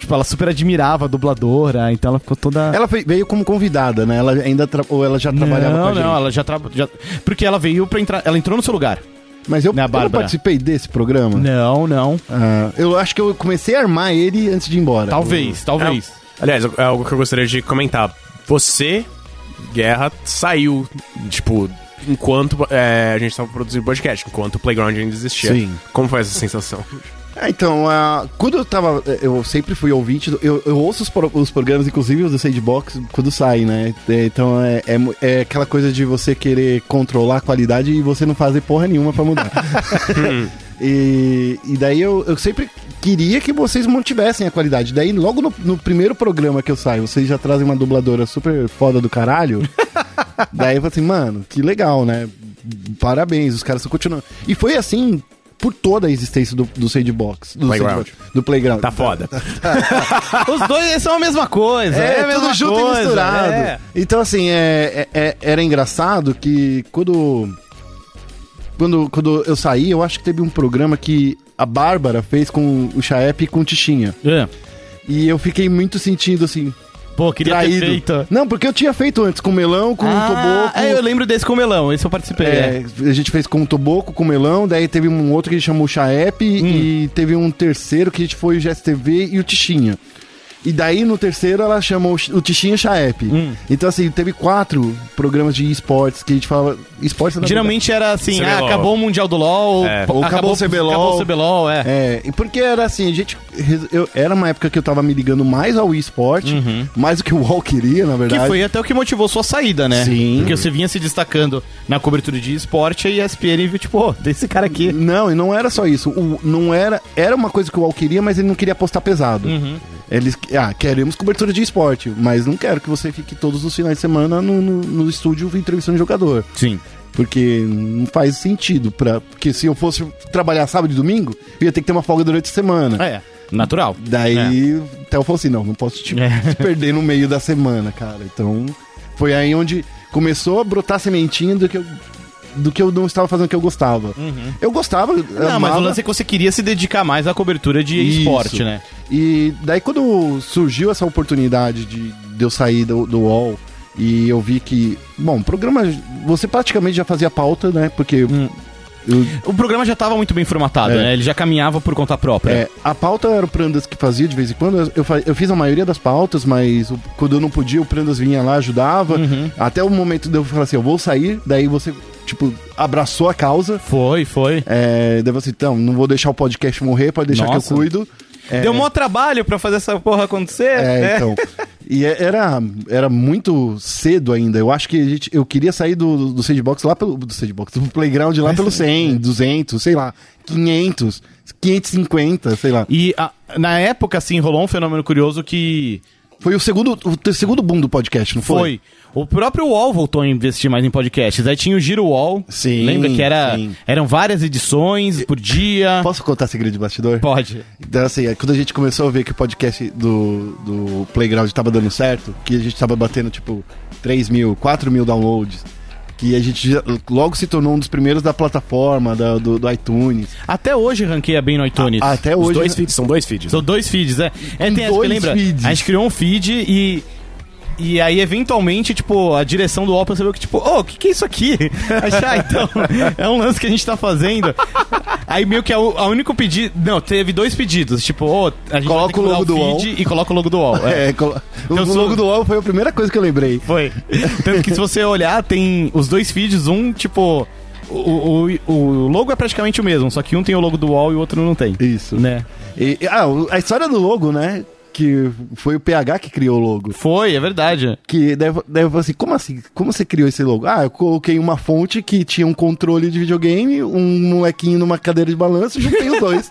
A: Tipo, ela super admirava a dubladora, então ela ficou toda.
B: Ela foi- veio como convidada, né? Ela ainda tra- ou ela já trabalhava
A: não,
B: com a gente.
A: não, ela já trabalha. Porque ela veio pra entrar. Ela entrou no seu lugar.
B: Mas eu,
A: Né,
B: eu não
A: Bárbara?
B: participei desse programa.
A: Não, não.
B: Ah, eu acho que eu comecei a armar ele antes de ir embora.
A: Talvez, talvez.
C: É, aliás, é algo que eu gostaria de comentar. Você, Guerra, saiu, tipo, enquanto é, a gente tava produzindo podcast, enquanto o Playground ainda existia.
B: Sim.
C: Como foi
B: [LAUGHS]
C: essa sensação?
B: Ah, então, ah, quando eu tava. Eu sempre fui ouvinte. do- Eu, eu ouço os, pro- os programas, inclusive os do Sandbox, quando sai, né? É, Então é, é mu- é aquela coisa de você querer controlar a qualidade e você não fazer porra nenhuma pra mudar. e, e daí eu, eu sempre queria que vocês mantivessem a qualidade. Daí, logo no, no primeiro programa que eu saio, vocês já trazem uma dubladora super foda do caralho. Daí eu falei assim, mano, que legal, né? Parabéns, os caras estão continuando. E foi assim por toda a existência do, do Sandbox. Do
C: Playground.
B: Sandbox, do Playground.
C: Tá foda.
A: É um- [LAUGHS] Os dois são a mesma coisa.
B: É,
A: a mesma
B: tudo junto
A: coisa,
B: e misturado.
A: é.
B: Então, assim, é, é- é- era engraçado que quando, quando. Quando eu saí, eu acho que teve um programa que a Bárbara fez com o Chaep e com o Tichinha.
A: É.
B: E eu fiquei muito sentindo, assim,
A: Pô, queria ter feito.
B: traído. Não, porque eu tinha feito antes com o melão, com o
A: Ah,
B: toboco.
A: é, eu lembro desse com o melão, esse eu participei.
B: É,
A: é.
B: a gente fez com o Toboco, com o Melão, daí teve um outro que a gente chamou Chaep
A: Hum.
B: e teve um terceiro que a gente foi o GSTV e o Tichinha. E daí no terceiro ela chamou o Tichinha Chaep.
A: Hum.
B: Então assim, teve quatro programas de esportes que a gente falava. Esportes na
A: Geralmente era assim, ah,
C: CBLOL.
A: acabou o Mundial do LOL,
C: É.
A: pô,
B: Ou acabou o CBLOL.
A: Acabou o CBLOL, é.
B: É, e porque era assim, a gente. eu- era uma época que eu tava me ligando mais ao esporte, mais do que o UOL queria, na
A: Uhum. Que
B: verdade.
A: foi até o que motivou sua saída, né?
B: Sim.
A: Porque você vinha se destacando na cobertura de esporte e a ESPN viu, tipo, pô, tem esse cara aqui.
B: Não, e não era só isso. O- não era, era uma coisa que o Al queria, mas ele não queria apostar pesado. Eles, ah, queremos cobertura de esporte, mas não quero que você fique todos os finais de semana no, no, no estúdio entrevistando jogador.
A: Sim.
B: Porque não faz sentido. Pra, porque se eu fosse trabalhar sábado e domingo, eu ia ter que ter uma folga durante a semana.
A: É, natural.
B: Daí, até eu falei assim, não, não posso te
A: É.
B: te perder no meio da semana, cara. Então, foi aí onde começou a brotar a sementinha do que eu, do que eu não estava fazendo que eu gostava. Eu gostava,
A: Uhum. Não, mas o
B: amava.
A: lance é que você queria se dedicar mais à cobertura de
B: Isso.
A: esporte, né?
B: E daí quando surgiu essa oportunidade de, de eu sair do, do UOL e eu vi que, bom, programa, você praticamente já fazia pauta, né? Porque
A: Hum.
B: eu-
A: O programa já estava muito bem formatado,
B: É.
A: né? Ele já caminhava por conta própria.
B: é, a pauta era o Prandas que fazia de vez em quando. Eu- Eu, fa- eu fiz a maioria das pautas, mas o- quando eu não podia, o Prandas vinha lá, ajudava.
A: Uhum.
B: Até o momento de eu falar assim, eu vou sair, daí você, tipo, abraçou a causa.
A: Foi, foi.
B: É, daí você, então, não vou deixar o podcast morrer, pode deixar que
A: Nossa.
B: eu cuido. É,
A: Deu mó trabalho pra fazer essa porra acontecer, né?
B: É, então. E é- era, era muito cedo ainda. Eu acho que a gente, eu queria sair do, do sandbox lá pelo. Do sandbox, do playground lá
A: [LAUGHS]
B: pelo 100, 200, sei lá, 500, 550, sei lá.
A: E a- na época, assim, rolou um fenômeno curioso que
B: Foi o segundo, o te- segundo boom do podcast, não foi?
A: Foi. O próprio UOL voltou a investir mais em podcasts. Aí tinha o Giro UOL.
B: Sim,
A: Lembra que era,
B: sim.
A: eram várias edições por dia.
B: Posso contar segredo de bastidor?
A: Pode.
B: Então, assim, é, quando a gente começou a ver que o podcast do, do Playground tava dando certo, que a gente tava batendo, tipo, 3 mil, 4 mil downloads, que a gente já- logo se tornou um dos primeiros da plataforma, da- do, do iTunes.
A: Até hoje ranqueia bem no iTunes.
B: Ah, até
C: Os
B: hoje.
C: dois feeds, são dois feeds. né?
A: São dois feeds, é. É, tem essa que
B: Dois
A: lembra?
B: feeds.
A: A gente criou um feed e. E aí, eventualmente, tipo, a direção do UOL percebeu que, tipo, ô, o que, que é isso aqui? [LAUGHS] Achar, então, é um lance que a gente tá fazendo. Aí meio que é o a único pedido. Não, teve dois pedidos. Tipo, ô, a gente
B: Coloca
A: vai ter que
B: o
A: mudar
B: logo do UOL.
A: e coloca o logo do UOL. é.
B: É, colo- o
A: Eu sou-
B: logo do UOL foi a primeira coisa que eu lembrei.
A: Foi. Tanto que se você olhar, tem os dois feeds, um, tipo. O, o, o logo é praticamente o mesmo, só que um tem o logo do UOL e o outro não tem.
B: Isso.
A: Né?
B: E- ah, o- a história do logo, né? Que foi o PH que criou o logo.
A: Foi, é verdade.
B: Que deve, deve assim, como assim? Como você criou esse logo? Ah, eu coloquei uma fonte que tinha um controle de videogame, um molequinho numa cadeira de balanço e juntei os dois.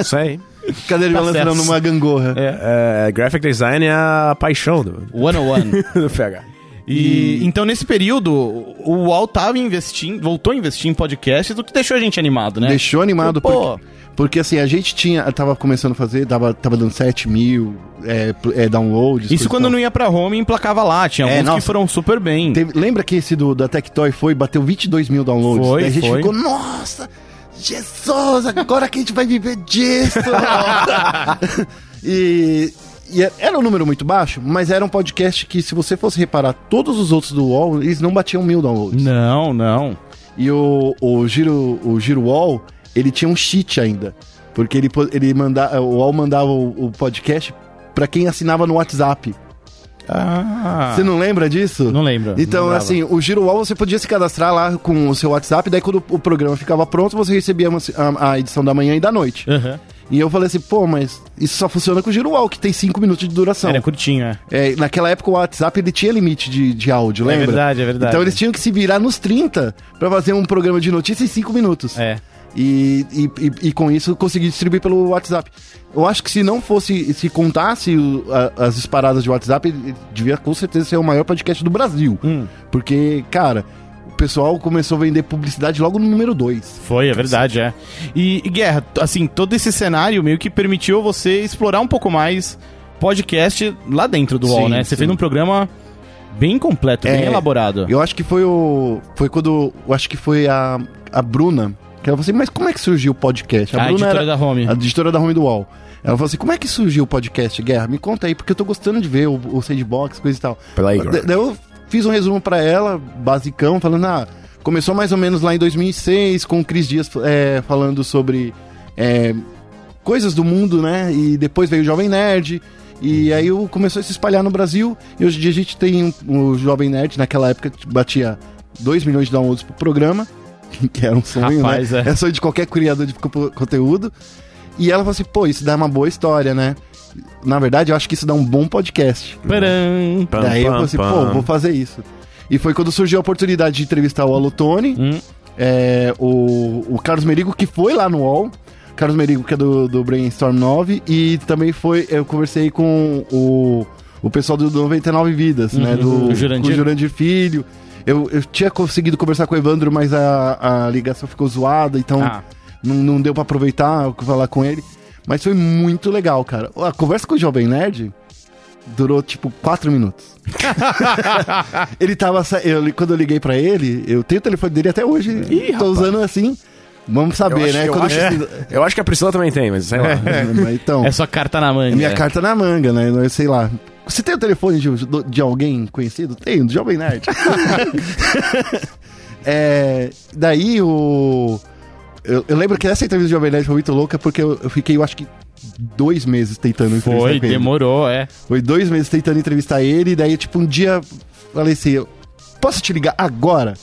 C: Isso aí.
B: [LAUGHS] cadeira de
A: Tá
B: balanço
A: certo.
B: não, numa gangorra.
A: É.
C: É, graphic design é a paixão do,
A: [LAUGHS] 101.
C: do PH.
A: E então nesse período, o UOL tava investindo, voltou a investir em podcasts, o que deixou a gente animado, né?
B: Deixou animado,
A: Pô.
B: porque, porque assim, a gente tinha, tava começando a fazer, tava, tava dando 7 mil é, pl- é, downloads. coisa
A: Isso
B: e
A: quando
B: tal.
A: não ia pra home, emplacava lá, tinha
B: É,
A: alguns que
B: nossa.
A: foram super bem.
B: Teve- lembra que esse do, da Tectoy foi, bateu 22 mil downloads?
A: Foi,
B: Daí a gente
A: foi.
B: ficou, nossa, Jesus, agora que a gente vai viver
A: [LAUGHS]
B: disso! e, e é- era um número muito baixo, mas era um podcast que, se você fosse reparar, todos os outros do UOL, eles não batiam mil downloads.
A: Não, não.
B: E o, o Giro o Giro UOL, ele tinha um cheat ainda. Porque ele, po- ele manda, o UOL mandava o, o podcast pra quem assinava no WhatsApp.
A: Ah.
B: Você não lembra disso?
A: Não lembro.
B: Então, assim, o Giro UOL você podia se cadastrar lá com o seu WhatsApp, daí quando o programa ficava pronto, você recebia uma- a, a edição da manhã e da noite.
A: Aham.
B: E eu falei assim, pô, mas isso só funciona com o Giro UOL, que tem 5 minutos de duração.
A: Era curtinho, é.
B: É, naquela época o WhatsApp ele tinha limite de, de áudio, lembra?
A: verdade, é verdade.
B: Então eles tinham que se virar nos 30 pra fazer um programa de notícia em 5 minutos.
A: É.
B: E, e, e, e com isso consegui distribuir pelo WhatsApp. Eu acho que se não fosse, se contasse o- a- as disparadas de WhatsApp, ele devia com certeza ser o maior podcast do Brasil.
A: Hum.
B: Porque, cara, o pessoal começou a vender publicidade logo no número 2.
A: Foi, é verdade, é. E, e, Guerra, t- assim, todo esse cenário meio que permitiu você explorar um pouco mais podcast lá dentro do UOL,
B: Sim,
A: né? Você
B: sim.
A: fez um programa bem completo, bem
B: É.
A: elaborado.
B: Eu acho que foi o. Foi quando. Eu acho que foi a, a Bruna. Que ela falou assim, mas como é que surgiu o podcast?
A: A,
B: Bruna
A: editora
B: era-
A: da Home.
B: A editora da Home do UOL. Ela falou assim: como é que surgiu o podcast Guerra? Me conta aí, porque eu tô gostando de ver o, o sandbox, coisa e tal. Da-
C: Playground.
B: Daí eu fiz um resumo pra ela, basicão, falando: ah, começou mais ou menos lá em 2006, com o Cris Dias é, falando sobre é, coisas do mundo, né? E depois veio o Jovem Nerd. E
A: Uhum.
B: aí o- começou a se espalhar no Brasil. E hoje em dia a gente tem um- o Jovem Nerd, naquela época batia 2 milhões de downloads pro programa, [LAUGHS] que [LAUGHS] era um sonho,
A: Rapaz,
B: né?
A: é.
B: É. sonho de qualquer criador de co- conteúdo. E ela falou assim: pô, isso dá uma boa história, né? Na verdade, eu acho que isso dá um bom podcast.
A: Param.
C: Pam,
B: Daí eu
C: pam,
B: falei assim,
C: pam.
B: pô, vou fazer isso. E foi quando surgiu a oportunidade de entrevistar o Alotone,
A: Hum.
B: é, o, o Carlos Merigo, que foi lá no UOL. Carlos Merigo, que é do, do Brainstorm 9. E também foi, eu conversei com o, o pessoal do 99 Vidas, né? Do,
A: Uhum. o Jurandir.
B: com o Jurandir Filho. Eu, eu tinha conseguido conversar com o Evandro, mas a, a ligação ficou zoada, então
A: Ah.
B: não, não deu pra aproveitar falar com ele. Mas foi muito legal, cara. A conversa com o Jovem Nerd durou tipo 4
C: [LAUGHS]
B: minutos. ele tava. sa- Eu, quando eu liguei pra ele, eu tenho o telefone dele até hoje. tô usando assim. Vamos
C: Eu,
B: saber,
C: acho,
B: né?
C: eu,
B: Quando
C: acho,
B: precisa-
C: eu acho que a Priscila também tem, mas sei lá.
B: Mas Então,
A: É só carta na manga.
B: minha
A: É.
B: carta na manga, né? Eu sei lá. Você tem o telefone de, de alguém conhecido? Tenho, do Jovem Nerd. [LAUGHS] É, daí o. Eu, eu lembro que essa entrevista do Jovem Nerd foi muito louca porque eu, eu fiquei, eu acho que, dois meses tentando entrevistar
A: Foi,
B: com ele.
A: demorou, é.
B: Foi dois meses tentando entrevistar ele, e daí, tipo, um dia falei assim: eu, Posso te ligar agora?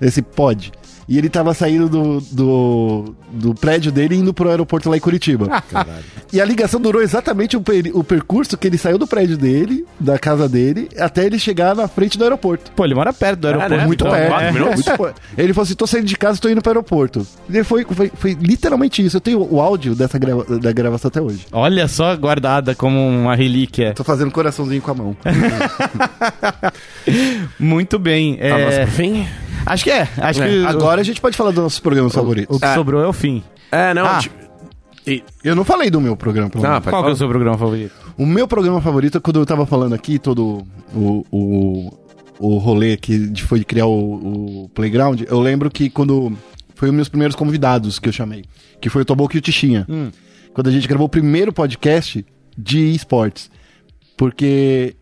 B: Ele disse: Pode. E ele tava saindo do, do, do prédio dele e indo pro aeroporto lá em
C: [LAUGHS]
B: Curitiba. e a ligação durou exatamente o, peri- o percurso que ele saiu do prédio dele, da casa dele, até ele chegar na frente do aeroporto. É.
A: Pô, ele mora perto do aeroporto.
C: Caraca,
A: muito
C: então,
A: perto.
C: quatro minutos?
B: muito po- ele falou assim: tô saindo de casa, tô indo pro aeroporto. Ele foi, foi, foi literalmente isso. Eu tenho o áudio dessa grava- da gravação até hoje.
A: Olha só, guardada como uma relíquia.
B: Tô fazendo coraçãozinho com a
C: [LAUGHS]
B: mão.
A: Muito bem. é,
B: Tá,
C: A nossa, pro Tá, fim?
A: Acho que é. Acho
C: É,
A: que
B: Agora Ah. a gente pode falar dos nossos programas
A: o,
B: favoritos. É,
A: o que sobrou é o fim.
C: É, não.
A: Ah.
C: ti- e-
B: Eu não falei do meu programa, pelo
C: Não,
B: menos.
C: pode
A: Qual que é
C: falar.
A: o seu programa favorito?
B: O meu programa favorito, é quando eu tava falando aqui, todo o, o, o rolê que de- foi criar o, o Playground, eu lembro que quando. Foi um dos meus primeiros convidados que eu chamei, que foi o Toboco e o Tichinha.
A: Hum.
B: Quando a gente gravou o primeiro podcast de esportes. Porque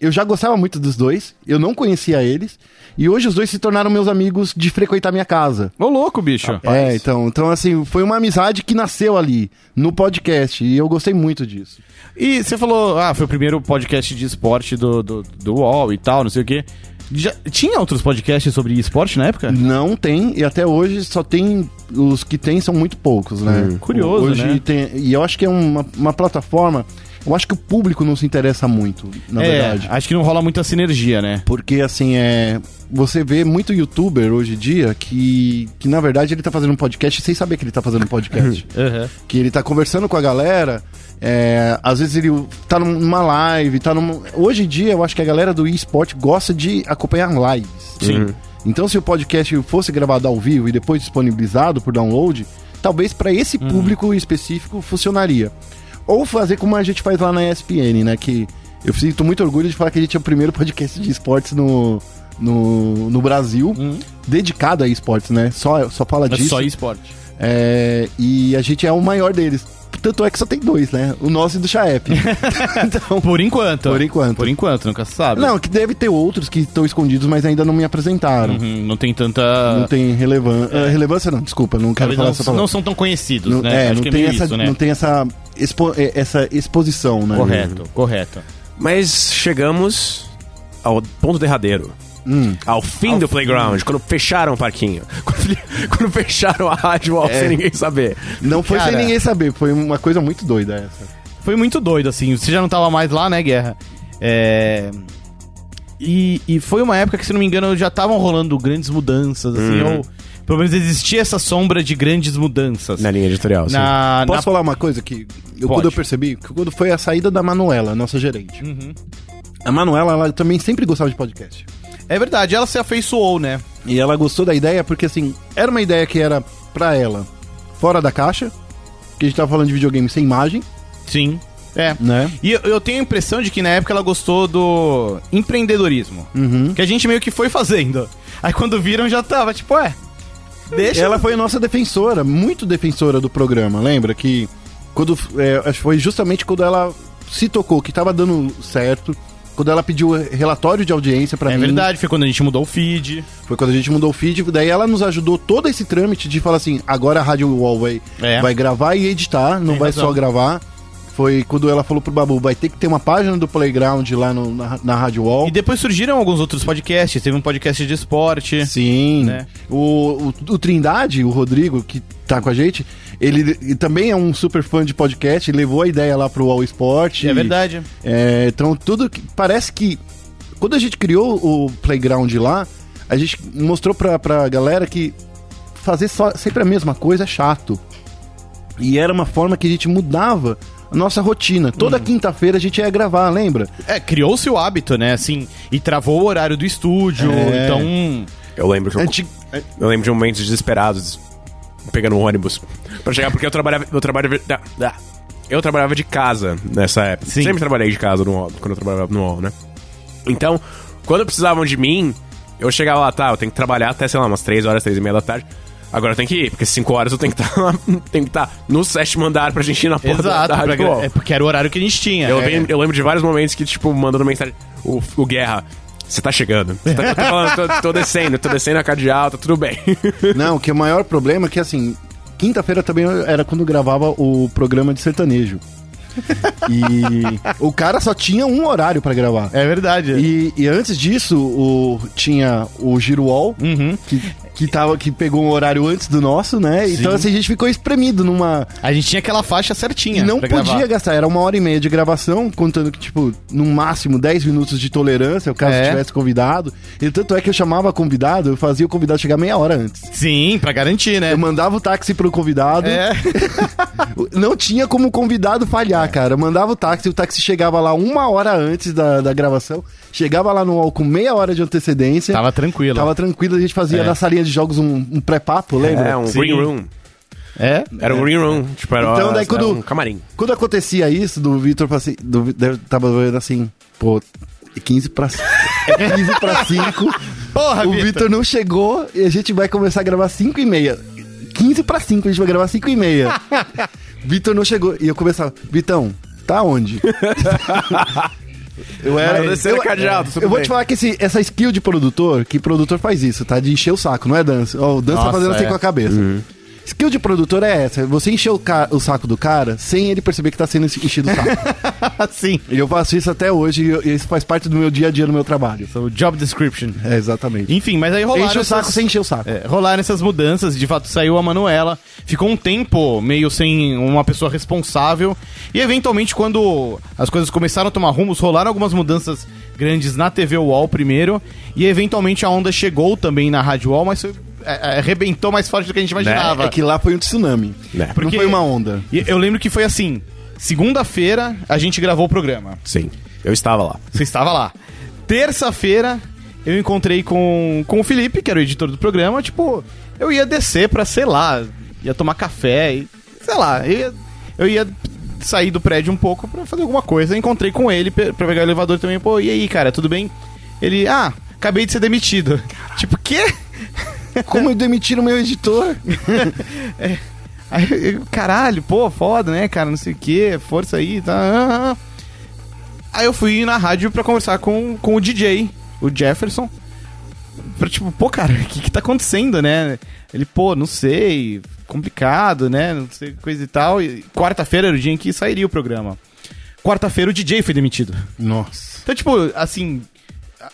B: eu já gostava muito dos dois, eu não conhecia eles, e hoje os dois se tornaram meus amigos de frequentar minha casa.
A: Ô, louco, bicho.
B: É, então, então assim, foi uma amizade que nasceu ali, no podcast, e eu gostei muito disso.
A: E você falou, ah, foi o primeiro podcast de esporte do, do, do UOL e tal, não sei o quê. Já, tinha outros podcasts sobre esporte na época?
B: Não tem, e até hoje só tem. Os que tem são muito poucos, né?
A: Curioso,
B: hoje
A: né?
B: Tem, e eu acho que é uma, uma plataforma. Eu acho que o público não se interessa muito, na
A: é,
B: verdade.
A: acho que não rola muita sinergia, né?
B: Porque, assim, é. Você vê muito youtuber hoje em dia que, que na verdade, ele tá fazendo um podcast sem saber que ele tá fazendo
A: [LAUGHS]
B: um podcast. que ele tá conversando com a galera. é, às vezes ele tá num- numa live, tá num. Hoje em dia eu acho que a galera do eSport gosta de acompanhar lives.
A: Sim. Uhum.
B: Então, se o podcast fosse gravado ao vivo e depois disponibilizado por download, talvez para esse
A: Hum.
B: público específico funcionaria. Ou fazer como a gente faz lá na ESPN, né? Que eu sinto muito orgulho de falar que a gente é o primeiro podcast de esportes no, no, no Brasil, dedicado a esportes, né? Só, só fala
A: Hum. É
B: disso.
A: só esporte.
B: É, e a gente é o maior deles. Tanto é que só tem dois, né? O nosso e
A: [LAUGHS]
B: do Chaep. então,
A: Por enquanto.
B: Por enquanto.
A: Por enquanto, nunca se sabe.
B: não, que deve ter outros que estão escondidos, mas ainda não me apresentaram.
A: Uhum, não tem tanta...
B: Não tem relevan ah, relevância, não, desculpa, não quero
A: Talvez
B: falar
A: não,
B: essa
A: não
B: palavra.
A: são tão conhecidos,
B: Não-
A: né?
B: é, não tem,
A: meio
B: essa, não tem essa, expo- é, essa exposição, né?
A: Correto, correto.
C: Mas chegamos ao ponto derradeiro.
B: Hum.
C: Ao fim do playground, quando fecharam o parquinho. [LAUGHS] Quando, quando fecharam a rádio ao sem ninguém saber.
B: Não foi
A: Cara.
B: sem ninguém saber, foi uma coisa muito doida essa.
A: Foi muito doido, assim. Você já não tava mais lá, né, Guerra? É... E, e foi uma época que, se não me engano, já estavam rolando grandes mudanças, assim,
B: Uhum.
A: ou pelo menos existia essa sombra de grandes mudanças.
C: Na linha editorial, sim.
A: Na,
B: Né, Posso
A: na-
B: falar uma coisa que eu, quando
A: Pode.
B: eu percebi? Que quando foi a saída da Manuela, nossa gerente.
A: Uhum.
B: A Manuela, ela também sempre gostava de podcast.
A: É verdade, ela se afeiçoou, né?
B: E ela gostou da ideia porque, assim, era uma ideia que era pra ela fora da caixa, que a gente tava falando de videogame sem imagem,
A: Sim. É.
B: né?
A: E eu, eu tenho a impressão de que na época ela gostou do empreendedorismo.
B: Uhum.
A: Que a gente meio que foi fazendo. Aí quando viram já tava, tipo, ué. Deixa.
B: Ela foi nossa defensora, muito defensora do programa, lembra? Que quando é, acho que foi justamente quando ela se tocou, que tava dando certo, quando ela pediu relatório de audiência pra
A: É
B: mim.
A: verdade, foi quando a gente mudou o feed.
B: Foi quando a gente mudou o feed, daí ela nos ajudou todo esse trâmite de falar assim, agora a Rádio Wall vai,
A: É.
B: vai gravar e editar, não
A: Tem
B: vai
A: razão.
B: só gravar. Foi quando ela falou pro Babu, vai ter que ter uma página do Playground lá no- na, na Rádio Wall.
A: E depois surgiram alguns outros podcasts. Teve um podcast de esporte.
B: Sim.
A: Né?
B: O, o, o Trindade, o Rodrigo, que tá com a gente, ele, ele também é um super fã de podcast, ele levou a ideia lá pro All Sport.
A: É verdade.
B: É, então tudo que, parece que quando a gente criou o playground lá, a gente mostrou pra, pra galera que fazer só, sempre a mesma coisa é chato. E era uma forma que a gente mudava a nossa rotina. Toda quinta-feira a gente ia gravar, lembra?
A: É, criou-se o hábito, né? Assim, e travou o horário do estúdio.
B: É.
A: Então.
C: Eu lembro que eu,
B: Anti-
C: eu lembro de momentos desesperados pegando um ônibus pra chegar, porque eu trabalhava. Eu trabalhava. da- da- Eu trabalhava de casa nessa época.
A: Sim.
C: Sempre trabalhei de casa no UOL, quando eu trabalhava no UOL, né? Então, quando precisavam de mim, eu chegava lá, tá, eu tenho que trabalhar até, sei lá, umas 3 horas, 3 e meia da tarde. Agora eu tenho que ir, porque 5 horas eu tenho que estar [LAUGHS] tenho que tá no sétimo andar pra gente ir na porta
A: Exato.
C: da
A: pra
C: rádio.
A: gra-
C: UOL.
A: é porque era o horário que a gente tinha.
C: Eu,
A: É.
C: lem- eu lembro de vários momentos que, tipo, mandando mensagem. O, o Guerra, você tá chegando. Cê tá- eu tô, falando, tô, tô descendo, tô descendo a cadeal, tá tudo bem.
B: Não, que o maior problema é que assim, quinta-feira também era quando gravava o programa de sertanejo. E o cara só tinha um horário pra gravar.
A: É verdade.
B: E, e antes disso, o, tinha o Giruol,
A: Uhum.
B: que que, tava, que pegou um horário antes do nosso, né? Então, assim, a gente ficou espremido numa.
A: A gente tinha aquela faixa certinha.
B: não
A: pra
B: podia
A: gravar.
B: gastar, era uma hora e meia de gravação, contando que, tipo, no máximo 10 minutos de tolerância, o caso
A: É.
B: tivesse convidado. E tanto é que eu chamava convidado, eu fazia o convidado chegar meia hora antes.
A: Sim, pra garantir, né?
B: Eu mandava o táxi pro convidado.
A: É. [LAUGHS]
B: Não tinha como o convidado falhar, cara. Eu mandava o táxi, o táxi chegava lá uma hora antes da, da gravação, chegava lá no UOL com meia hora de antecedência.
A: Tava tranquilo.
B: Tava tranquilo, a gente fazia
A: É.
B: na salinha de jogos um, um pré-papo, lembra?
C: [LAUGHS] É, um
A: Sim.
C: green room.
A: É?
C: Era um green room. Tipo, era,
B: Então, daí
C: era
B: quando-
C: um camarim.
B: Quando acontecia isso, do Vitor pra ci- do Vi- deve- tava olhando assim, pô, é 15 pra c- é 15 pra 5.
A: Porra,
B: o
A: Vitor.
B: Vitor não chegou e a gente vai começar a gravar 5 e meia. 15 pra 5, a gente vai gravar 5 e meia. Vitor não chegou e eu começava, Vitão, tá onde? eu era é.
C: Mas esse era cadeado, tudo
B: eu vou
C: bem.
B: te falar que esse- essa skill de produtor, que produtor faz isso, tá? De encher o saco, não é dança. Ó, o dança
A: Nossa,
B: tá fazendo assim
A: é.
B: com a cabeça. Skill de produtor é essa, é você encher o, ca- o saco do cara sem ele perceber que tá sendo enchido
A: [LAUGHS]
B: o saco.
A: [LAUGHS] Sim.
B: e eu faço isso até hoje e, eu- e isso faz parte do meu dia a dia no meu trabalho.
A: O job description.
B: É, exatamente.
A: Enfim, mas aí rolaram
B: Enche o saco
A: essas-
B: sem encher o saco.
A: É, rolaram essas mudanças, de fato saiu a Manuela, ficou um tempo meio sem uma pessoa responsável, e eventualmente quando as coisas começaram a tomar rumos, rolaram algumas mudanças grandes na TV UOL primeiro, e eventualmente a onda chegou também na Rádio UOL, mas foi, é, é, arrebentou mais forte do que a gente imaginava.
B: É que lá foi um tsunami.
C: É.
B: Não
A: Porque-
B: foi uma onda.
A: E eu lembro que foi assim, segunda-feira a gente gravou o programa,
C: Sim. Eu estava lá.
A: você estava lá. Terça-feira, eu encontrei com, com o Felipe, que era o editor do programa. Tipo, eu ia descer pra, sei lá, ia tomar café e. Sei lá, eu ia, eu ia sair do prédio um pouco pra fazer alguma coisa. Eu encontrei com ele pe- pra pegar o elevador também. Pô, e aí, cara, tudo bem? Ele, ah, acabei de ser demitido. [LAUGHS] Tipo, quê?
B: Como eu demitiram meu editor?
A: Aí eu- eu, caralho, pô, foda, né, cara? Não sei o que, força aí, tá. ah, ah. Aí eu fui na rádio pra conversar com, com o DJ, o Jefferson. Pra tipo, pô, cara, [LAUGHS] o que que tá acontecendo, né? Ele, pô, não sei, complicado, né? Não sei, coisa e tal. E quarta-feira era o dia em que sairia o programa. Quarta-feira o DJ foi demitido.
B: Nossa.
A: Então, tipo, assim. a-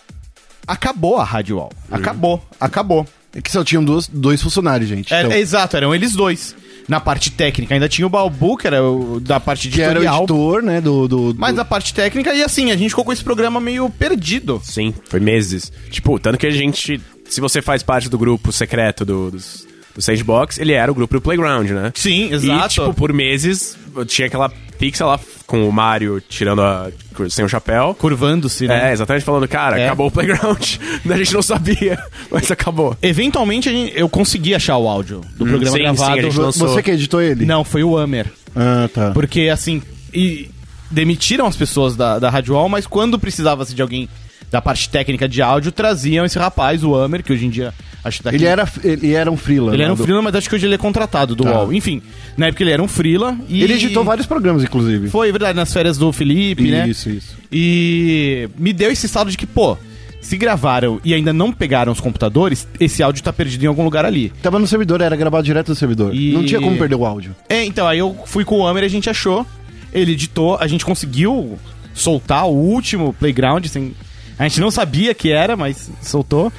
A: Acabou a Rádio UOL. Acabou, acabou.
B: É que só tinham dois, dois funcionários, gente.
A: Era-
B: então,
A: É, exato, eram eles dois. Na parte técnica, ainda tinha o Balbu, que era o, da parte
B: que era o
A: editorial.
B: editor, né? Do, do, do-
A: mas a parte técnica, e assim, a gente ficou com esse programa meio perdido.
C: Sim, foi meses. Tipo, tanto que a gente. Se você faz parte do grupo secreto do, dos, do Sagebox, ele era o grupo do Playground, né?
A: Sim,
C: E, tipo, por meses eu tinha aquela pixa lá com o Mario tirando a. sem o chapéu.
A: Curvando-se, né?
C: É, exatamente falando, cara,
A: É.
C: acabou o Playground. [LAUGHS] a gente não sabia, [LAUGHS] mas acabou.
A: Eventualmente, a gente- eu consegui achar o áudio
B: Hum,
A: do programa
C: sim, sim,
A: gravado.
C: a gente
B: Vo-
C: lançou.
B: Você que editou ele?
A: Não, foi o Hammer.
B: Ah, tá.
A: Porque, assim, e demitiram as pessoas da, da Rádio UOL, mas quando precisava-se de alguém da parte técnica de áudio, traziam esse rapaz, o Hammer, que hoje em dia acho que tá aqui
B: Ele era, ele era um freelancer.
A: Ele era um freela, mas acho que hoje ele é contratado do UOL. Enfim, na época ele era um freela e...
B: Tá. Ele editou vários programas, inclusive.
A: Foi, é verdade, nas férias do Felipe, né?
B: Isso, isso.
A: E me deu esse estado de que, pô, se gravaram e ainda não pegaram os computadores, esse áudio tá perdido em algum lugar ali.
B: Tava no servidor, era gravado direto do servidor.
A: E-
B: Não tinha como perder o áudio.
A: É, então, aí eu fui com o Hammer, a gente achou, ele editou, a gente conseguiu soltar o último playground, sem... a gente não sabia que era, mas soltou.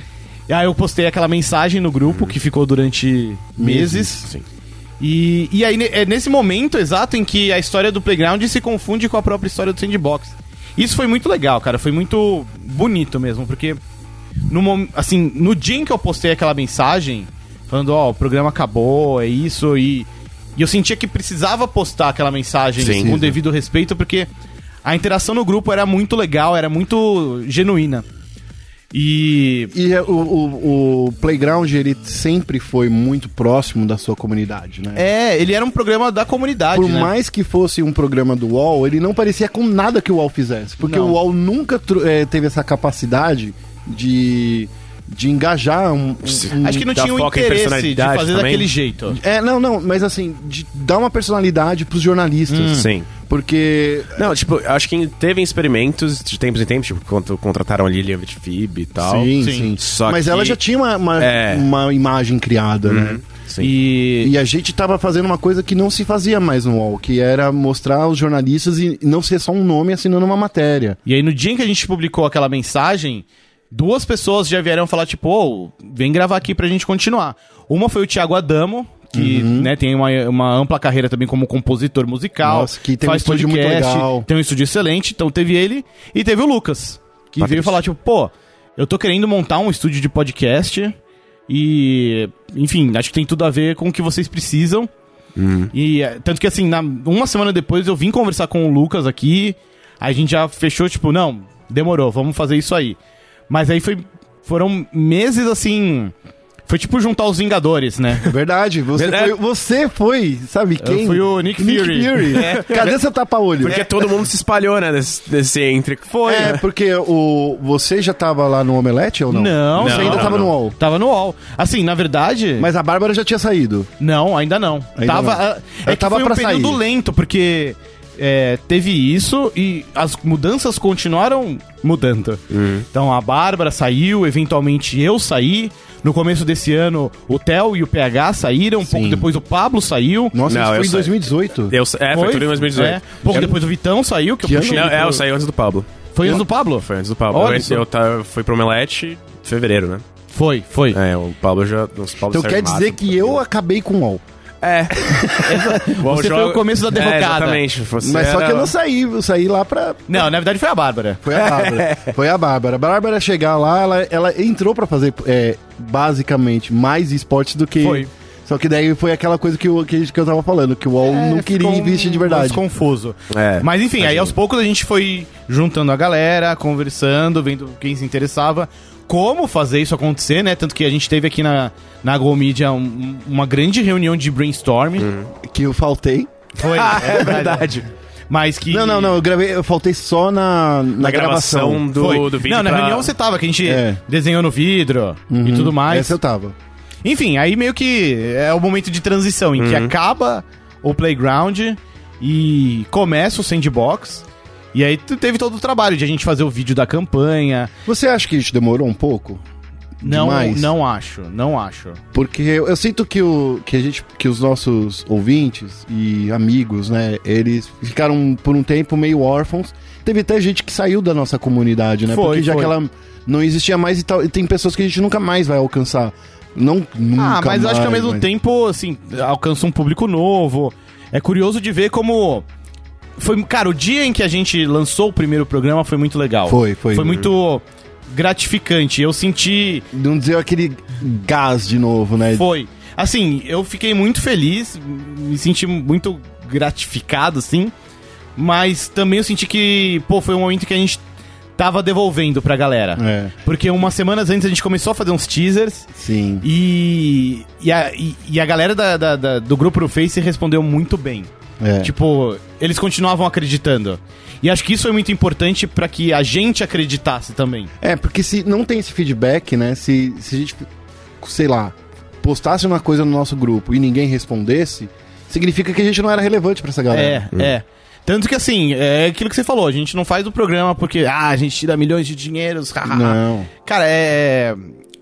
A: E aí eu postei aquela mensagem no grupo que ficou durante meses.
C: Sim.
A: E, e aí, ne- é nesse momento exato em que a história do Playground se confunde com a própria história do Sandbox. Isso foi muito legal, cara. Foi muito bonito mesmo, porque no, mom- assim, no dia em que eu postei aquela mensagem, falando, ó, o programa acabou, é isso, e, e eu sentia que precisava postar aquela mensagem
C: Sim.
A: com o devido respeito, porque a interação no grupo era muito legal, era muito genuína. E
B: E é, o, o, o Playground, ele sempre foi muito próximo da sua comunidade, né?
A: é, ele era um programa da comunidade,
B: Por
A: né?
B: mais que fosse um programa do UOL, ele não parecia com nada que o UOL fizesse. Porque
A: Não.
B: o UOL nunca tru- eh, teve essa capacidade de, de engajar um, um-
A: Acho que não
C: Da
A: tinha o
C: foca em
A: interesse de
C: personalidade
A: fazer
C: também.
A: daquele jeito.
B: É, não, não, mas assim, de dar uma personalidade pros jornalistas.
A: Hum.
C: Sim.
B: Porque
C: Não, tipo, acho que teve experimentos de tempos em tempos, tipo, quando contrataram a Lilian Fib e tal.
B: Sim,
A: Sim.
B: sim.
C: Só
B: Mas
C: que-
B: ela já tinha uma, uma,
C: É.
B: uma imagem criada, né?
C: Sim.
A: E,
B: E a gente tava fazendo uma coisa que não se fazia mais no UOL, que era mostrar aos jornalistas e não ser só um nome assinando uma matéria.
A: e aí, no dia em que a gente publicou aquela mensagem, Duas pessoas já vieram falar, tipo, ô, vem gravar aqui pra gente continuar. Uma foi o Thiago Adamo, que
B: Uhum.
A: né, tem uma, uma ampla carreira também como compositor musical.
B: Nossa, que tem um estúdio muito legal.
A: Tem um estúdio excelente, então teve ele. E teve o Lucas, que
B: Patrícia.
A: veio falar, tipo, pô, eu tô querendo montar um estúdio de podcast. E, enfim, acho que tem tudo a ver com o que vocês precisam. E eh, tanto que assim, na- uma semana depois eu vim conversar com o Lucas aqui, a gente já fechou, tipo, não, demorou, vamos fazer isso aí. Mas aí foi. Foram meses assim. Foi tipo juntar os Vingadores, né?
B: [LAUGHS] Verdade, você,
C: Verdade.
B: Foi, você foi, sabe quem?
A: fui o Nick Fury.
B: Cadê seu tapa-olho?
C: Porque é todo mundo se espalhou, né? Desse, desse entre. né?
A: Foi.
B: É, porque o, você já tava lá no Omelete ou não?
A: Não,
B: Você
A: não,
B: ainda tava
C: não.
B: no UOL.
A: Tava no UOL. Assim, na verdade.
B: Mas a Bárbara já tinha saído.
A: Não, ainda não.
B: Ainda
A: tava,
B: não.
A: ah, É
B: Eu
A: que
B: tava
A: foi
B: pra
A: um período
B: sair.
A: lento, porque é, teve isso e as mudanças continuaram mudando.
C: Uhum.
A: Então a Bárbara saiu, eventualmente eu saí. No começo desse ano, o Theo e o PH saíram, um pouco depois o Pablo saiu.
B: Nossa,
C: Não,
B: isso
C: eu
B: foi em
C: saí.
B: 2018.
C: Eu, é, foi, tudo em 2018.
A: É. Pouco depois o Vitão saiu, que,
B: Que
A: eu
B: ano?
A: puxei.
C: Não, é, eu saí antes do Pablo.
A: Foi antes do Pablo?
C: Foi antes do Pablo.
A: Olha
C: Eu,
A: só.
C: eu, ta- fui pro Omelete em fevereiro, né?
A: Foi, foi.
C: É, o Pablo já. Os Pablo
B: Então
C: saiu
B: quer
C: em março,
B: dizer que eu acabei com o UOL. [LAUGHS]
C: É.
A: Você foi o começo da derrocada.
C: É, exatamente. Você
B: Mas só
C: era-
B: que eu não saí, eu saí lá pra.
A: Não, na verdade foi a Bárbara.
B: Foi a Bárbara. Foi a Bárbara. A Bárbara chegar lá, ela, ela entrou pra fazer é, basicamente mais esportes do que.
A: Foi.
B: Só que daí foi aquela coisa que eu, que, que eu tava falando, que o UOL não queria
A: ficou um
B: investir de verdade.
A: lance confuso.
C: É.
A: Mas enfim, aí aos poucos a gente foi juntando a galera, conversando, vendo quem se interessava, como fazer isso acontecer, né? Tanto que a gente teve aqui na, na Go Media um- uma grande reunião de brainstorming.
B: Que eu faltei. [LAUGHS]
A: Foi, é verdade.
B: né?
A: Mas que.
B: Não, não, não, eu gravei, eu faltei só na, na,
C: Na
B: gravação.
C: gravação,
A: Foi.
C: do, do vídeo.
A: não, na
C: pra-
A: reunião você tava, que a gente
B: É. Uhum.
A: desenhou no vidro e tudo mais.
B: Essa eu tava.
A: Enfim, aí meio que é o momento de transição em que
B: Uhum.
A: acaba o playground e começa o sandbox. E aí tu- teve todo o trabalho de a gente fazer o vídeo da campanha.
B: Você acha que isso demorou um pouco?
A: Não,
B: Demais.
A: não acho, não acho.
B: Porque eu, eu sinto que, o, que, a gente, que os nossos ouvintes e amigos, né, eles ficaram por um tempo meio órfãos. Teve até gente que saiu da nossa comunidade, né?
A: Foi,
B: porque já
A: foi.
B: que ela não existia mais e tal, e tem pessoas que a gente nunca mais vai alcançar. Não, nunca
A: ah, mas eu acho que ao
B: mais,
A: mesmo
B: mas-
A: tempo, assim, alcança um público novo. É curioso de ver como. Foi, cara, o dia em que a gente lançou o primeiro programa foi muito legal.
B: Foi, foi.
A: Foi muito gratificante. Eu senti
B: Não dizer aquele gás de novo, né?
A: Foi. Assim, eu fiquei muito feliz, me senti muito gratificado, assim. Mas também eu senti que, pô, foi um momento que a gente tava devolvendo pra galera.
B: É,
A: Porque umas semanas antes a gente começou a fazer uns teasers
B: sim.
A: e, e, a, e, e a galera da- da- da- do grupo no Face respondeu muito bem.
B: É.
A: Tipo, eles continuavam acreditando. E acho que isso foi muito importante pra que a gente acreditasse também.
B: É, porque se não tem esse feedback, né? Se, se a gente, sei lá, postasse uma coisa no nosso grupo e ninguém respondesse, significa que a gente não era relevante pra essa galera.
A: É, é. Tanto que assim, é aquilo que você falou, a gente não faz o programa porque, ah, a gente tira milhões de dinheiros, hahaha.
B: Não.
A: Cara, é,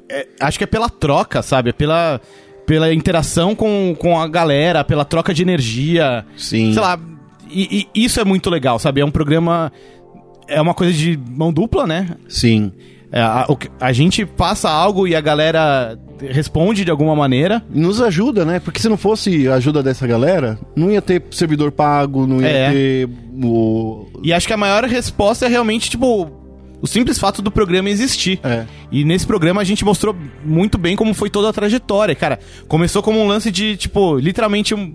A: é- Acho que é pela troca, sabe? É pela, pela interação com, com a galera, pela troca de energia.
B: Sim.
A: Sei lá, e, e isso é muito legal, sabe? É um programa. É uma coisa de mão dupla, né?
B: Sim.
A: É, a, o que- a gente passa algo e a galera responde de alguma maneira.
B: Nos ajuda, né? Porque se não fosse a ajuda dessa galera, não ia ter servidor pago, não ia
A: É.
B: ter o.
A: E acho que a maior resposta é realmente, tipo, o simples fato do programa existir.
B: É.
A: E nesse programa a gente mostrou muito bem como foi toda a trajetória, cara. Começou como um lance de, tipo, literalmente um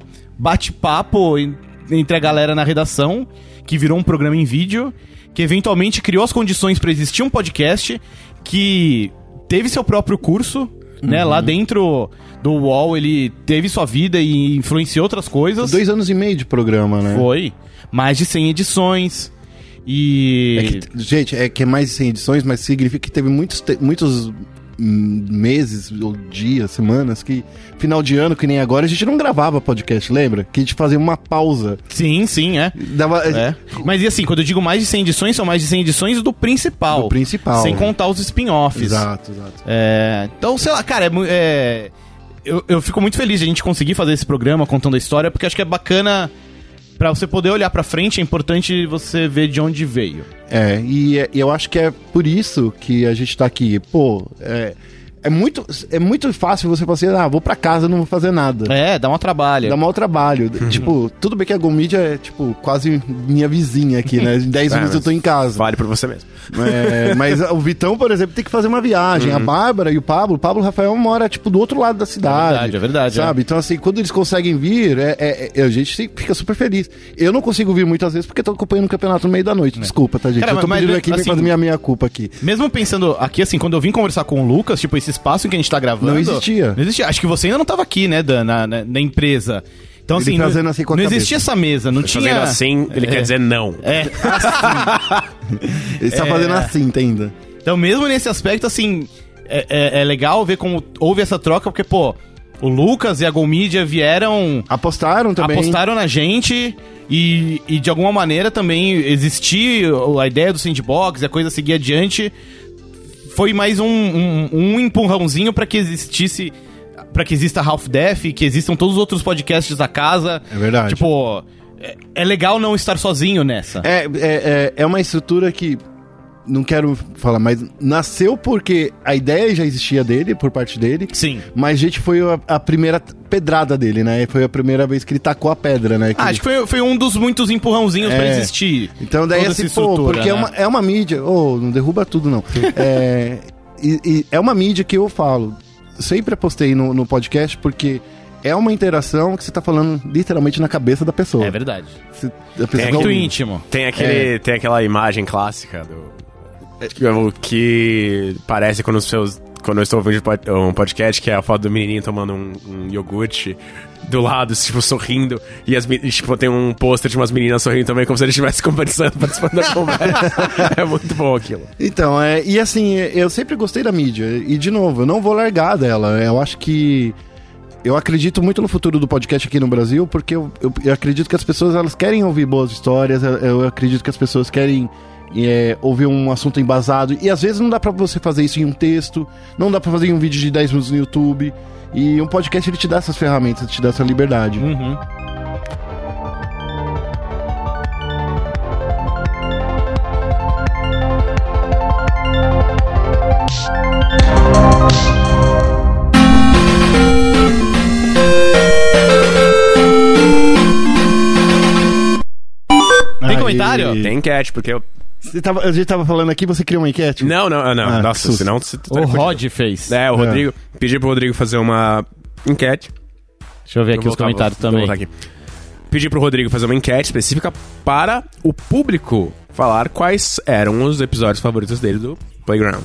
A: bate-papo en- entre a galera na redação, que virou um programa em vídeo, que eventualmente criou as condições pra existir um podcast, que teve seu próprio curso, né?
B: Uhum.
A: Lá dentro do UOL ele teve sua vida e influenciou outras coisas.
B: Dois anos e meio de programa, né?
A: Foi. Mais de 100 edições. E.
B: É que, gente, é que é mais de 100 edições, mas significa que teve muitos, te- muitos hum, meses, ou dias, semanas, que final de ano, que nem agora, a gente não gravava podcast, lembra? Que a gente fazia uma pausa.
A: Sim, sim, é.
B: Dava,
A: É. Mas e assim, quando eu digo mais de 100 edições, são mais de 100 edições do principal.
B: Do principal.
A: Sem contar os spin-offs.
B: Exato, exato.
A: É, então, sei lá, cara, é mu- é, eu, eu fico muito feliz de a gente conseguir fazer esse programa contando a história, porque acho que é bacana Pra você poder olhar pra frente, é importante você ver de onde veio.
B: É, e, é- e eu acho que é por isso que a gente tá aqui. Pô, é, é, muito, é muito fácil você falar assim, ah, vou pra casa, não vou fazer nada.
A: É, dá uma trabalha.
B: Dá um-
A: [LAUGHS]
B: mau trabalho. tipo, tudo bem que a Gomídia é, tipo, quase minha vizinha aqui, né?
A: [LAUGHS]
B: Em 10
C: É,
B: minutos eu tô
C: mas
B: em casa.
C: Vale pra você mesmo.
B: É, mas o Vitão, por exemplo, tem que fazer uma viagem.
A: Uhum.
B: A Bárbara e o Pablo, o Pablo e o Rafael mora, tipo, do outro lado da cidade.
A: verdade, é verdade,
B: Sabe? Então, assim, quando eles conseguem vir, é, é- é- a gente se- fica super feliz. Eu não consigo vir muitas vezes porque tô acompanhando o campeonato no meio da noite. Desculpa, tá, gente?
A: É. Cara,
B: eu tô
A: mas-
B: pedindo
A: mas,
B: aqui pra
A: assim,
B: fazer minha meia-culpa aqui.
A: Mesmo pensando aqui, assim, quando eu vim conversar com o Lucas, tipo, esse espaço em que a gente tá gravando.
B: Não existia.
A: Não existia. Acho que você ainda não tava aqui, né, Dan, na, na- na empresa. Então,
B: Ele
A: assim.
B: fazendo
A: não,
B: assim com a
A: não
B: cabeça.
A: existia essa mesa, não tinha.
C: Fazendo assim, ele
A: É.
C: quer dizer não.
A: É.
B: Ele tá
A: É.
B: fazendo assim, tá ainda.
A: Então, mesmo nesse aspecto, assim, é, é- é legal ver como houve essa troca, porque, pô, o Lucas e a Golmídia vieram.
B: Apostaram também.
A: apostaram na gente e, e de alguma maneira também existir a ideia do sandbox, a coisa seguir adiante, foi mais um, um, um empurrãozinho pra que existisse, pra que exista Half Death, que existam todos os outros podcasts da casa.
B: É verdade.
A: Tipo, é, é legal não estar sozinho nessa.
B: É, é, é, é uma estrutura que. Não quero falar, mas nasceu porque a ideia já existia dele, por parte dele.
A: Sim.
B: Mas, gente, foi a, a primeira pedrada dele, né? Foi a primeira vez que ele tacou a pedra, né? Que-
A: Ah, acho que foi, foi um dos muitos empurrãozinhos pra
B: É.
A: existir.
B: Então, daí
A: toda
B: assim,
A: essa
B: pô,
A: estrutura,
B: porque é,
A: né?
B: uma, é uma mídia. Ô, não derruba tudo, não. é, e- e é uma mídia que eu falo. Sempre apostei no, no podcast porque é uma interação que você tá falando literalmente na cabeça da pessoa.
A: É verdade.
B: Você- a pessoa
C: É
A: É
B: tá
A: muito
B: ouvindo.
A: íntimo.
C: Tem, aquele, tem aquela imagem clássica do. O que parece quando os seus. Quando eu estou ouvindo pod- um podcast, que é a foto do menininho tomando um, um iogurte do lado, tipo, sorrindo. E, as, me- e, tipo, tem um pôster de umas meninas sorrindo também, como se eles estivessem conversando, [LAUGHS] participando da conversa. é muito bom aquilo.
B: Então, é, e assim, eu sempre gostei da mídia. E, de novo, eu não vou largar dela. Eu acho que. Eu acredito muito no futuro do podcast aqui no Brasil, porque eu, eu- eu acredito que as pessoas elas querem ouvir boas histórias, eu, eu acredito que as pessoas querem é, ouvir um assunto embasado. E às vezes não dá pra você fazer isso em um texto, não dá pra fazer em um vídeo de 10 minutos no YouTube. E um podcast ele te dá essas ferramentas, ele te dá essa liberdade.
A: Uhum. Tem
B: Aí.
A: comentário?
C: Tem enquete, porque eu.
B: Você tava- a gente tava falando aqui, você criou uma enquete?
C: Não, não, não.
B: Ah, que
C: nossa,
B: susto.
C: senão. você- tá
A: O Rod fez.
C: É, o Rodrigo. Pedi pro Rodrigo fazer uma enquete.
A: Deixa eu ver aqui
C: Vou
A: os
C: voltar,
A: comentários
C: vou- vou
A: também.
C: voltar aqui. Pedi pro Rodrigo fazer uma enquete específica para o público falar quais eram os episódios favoritos dele do Playground.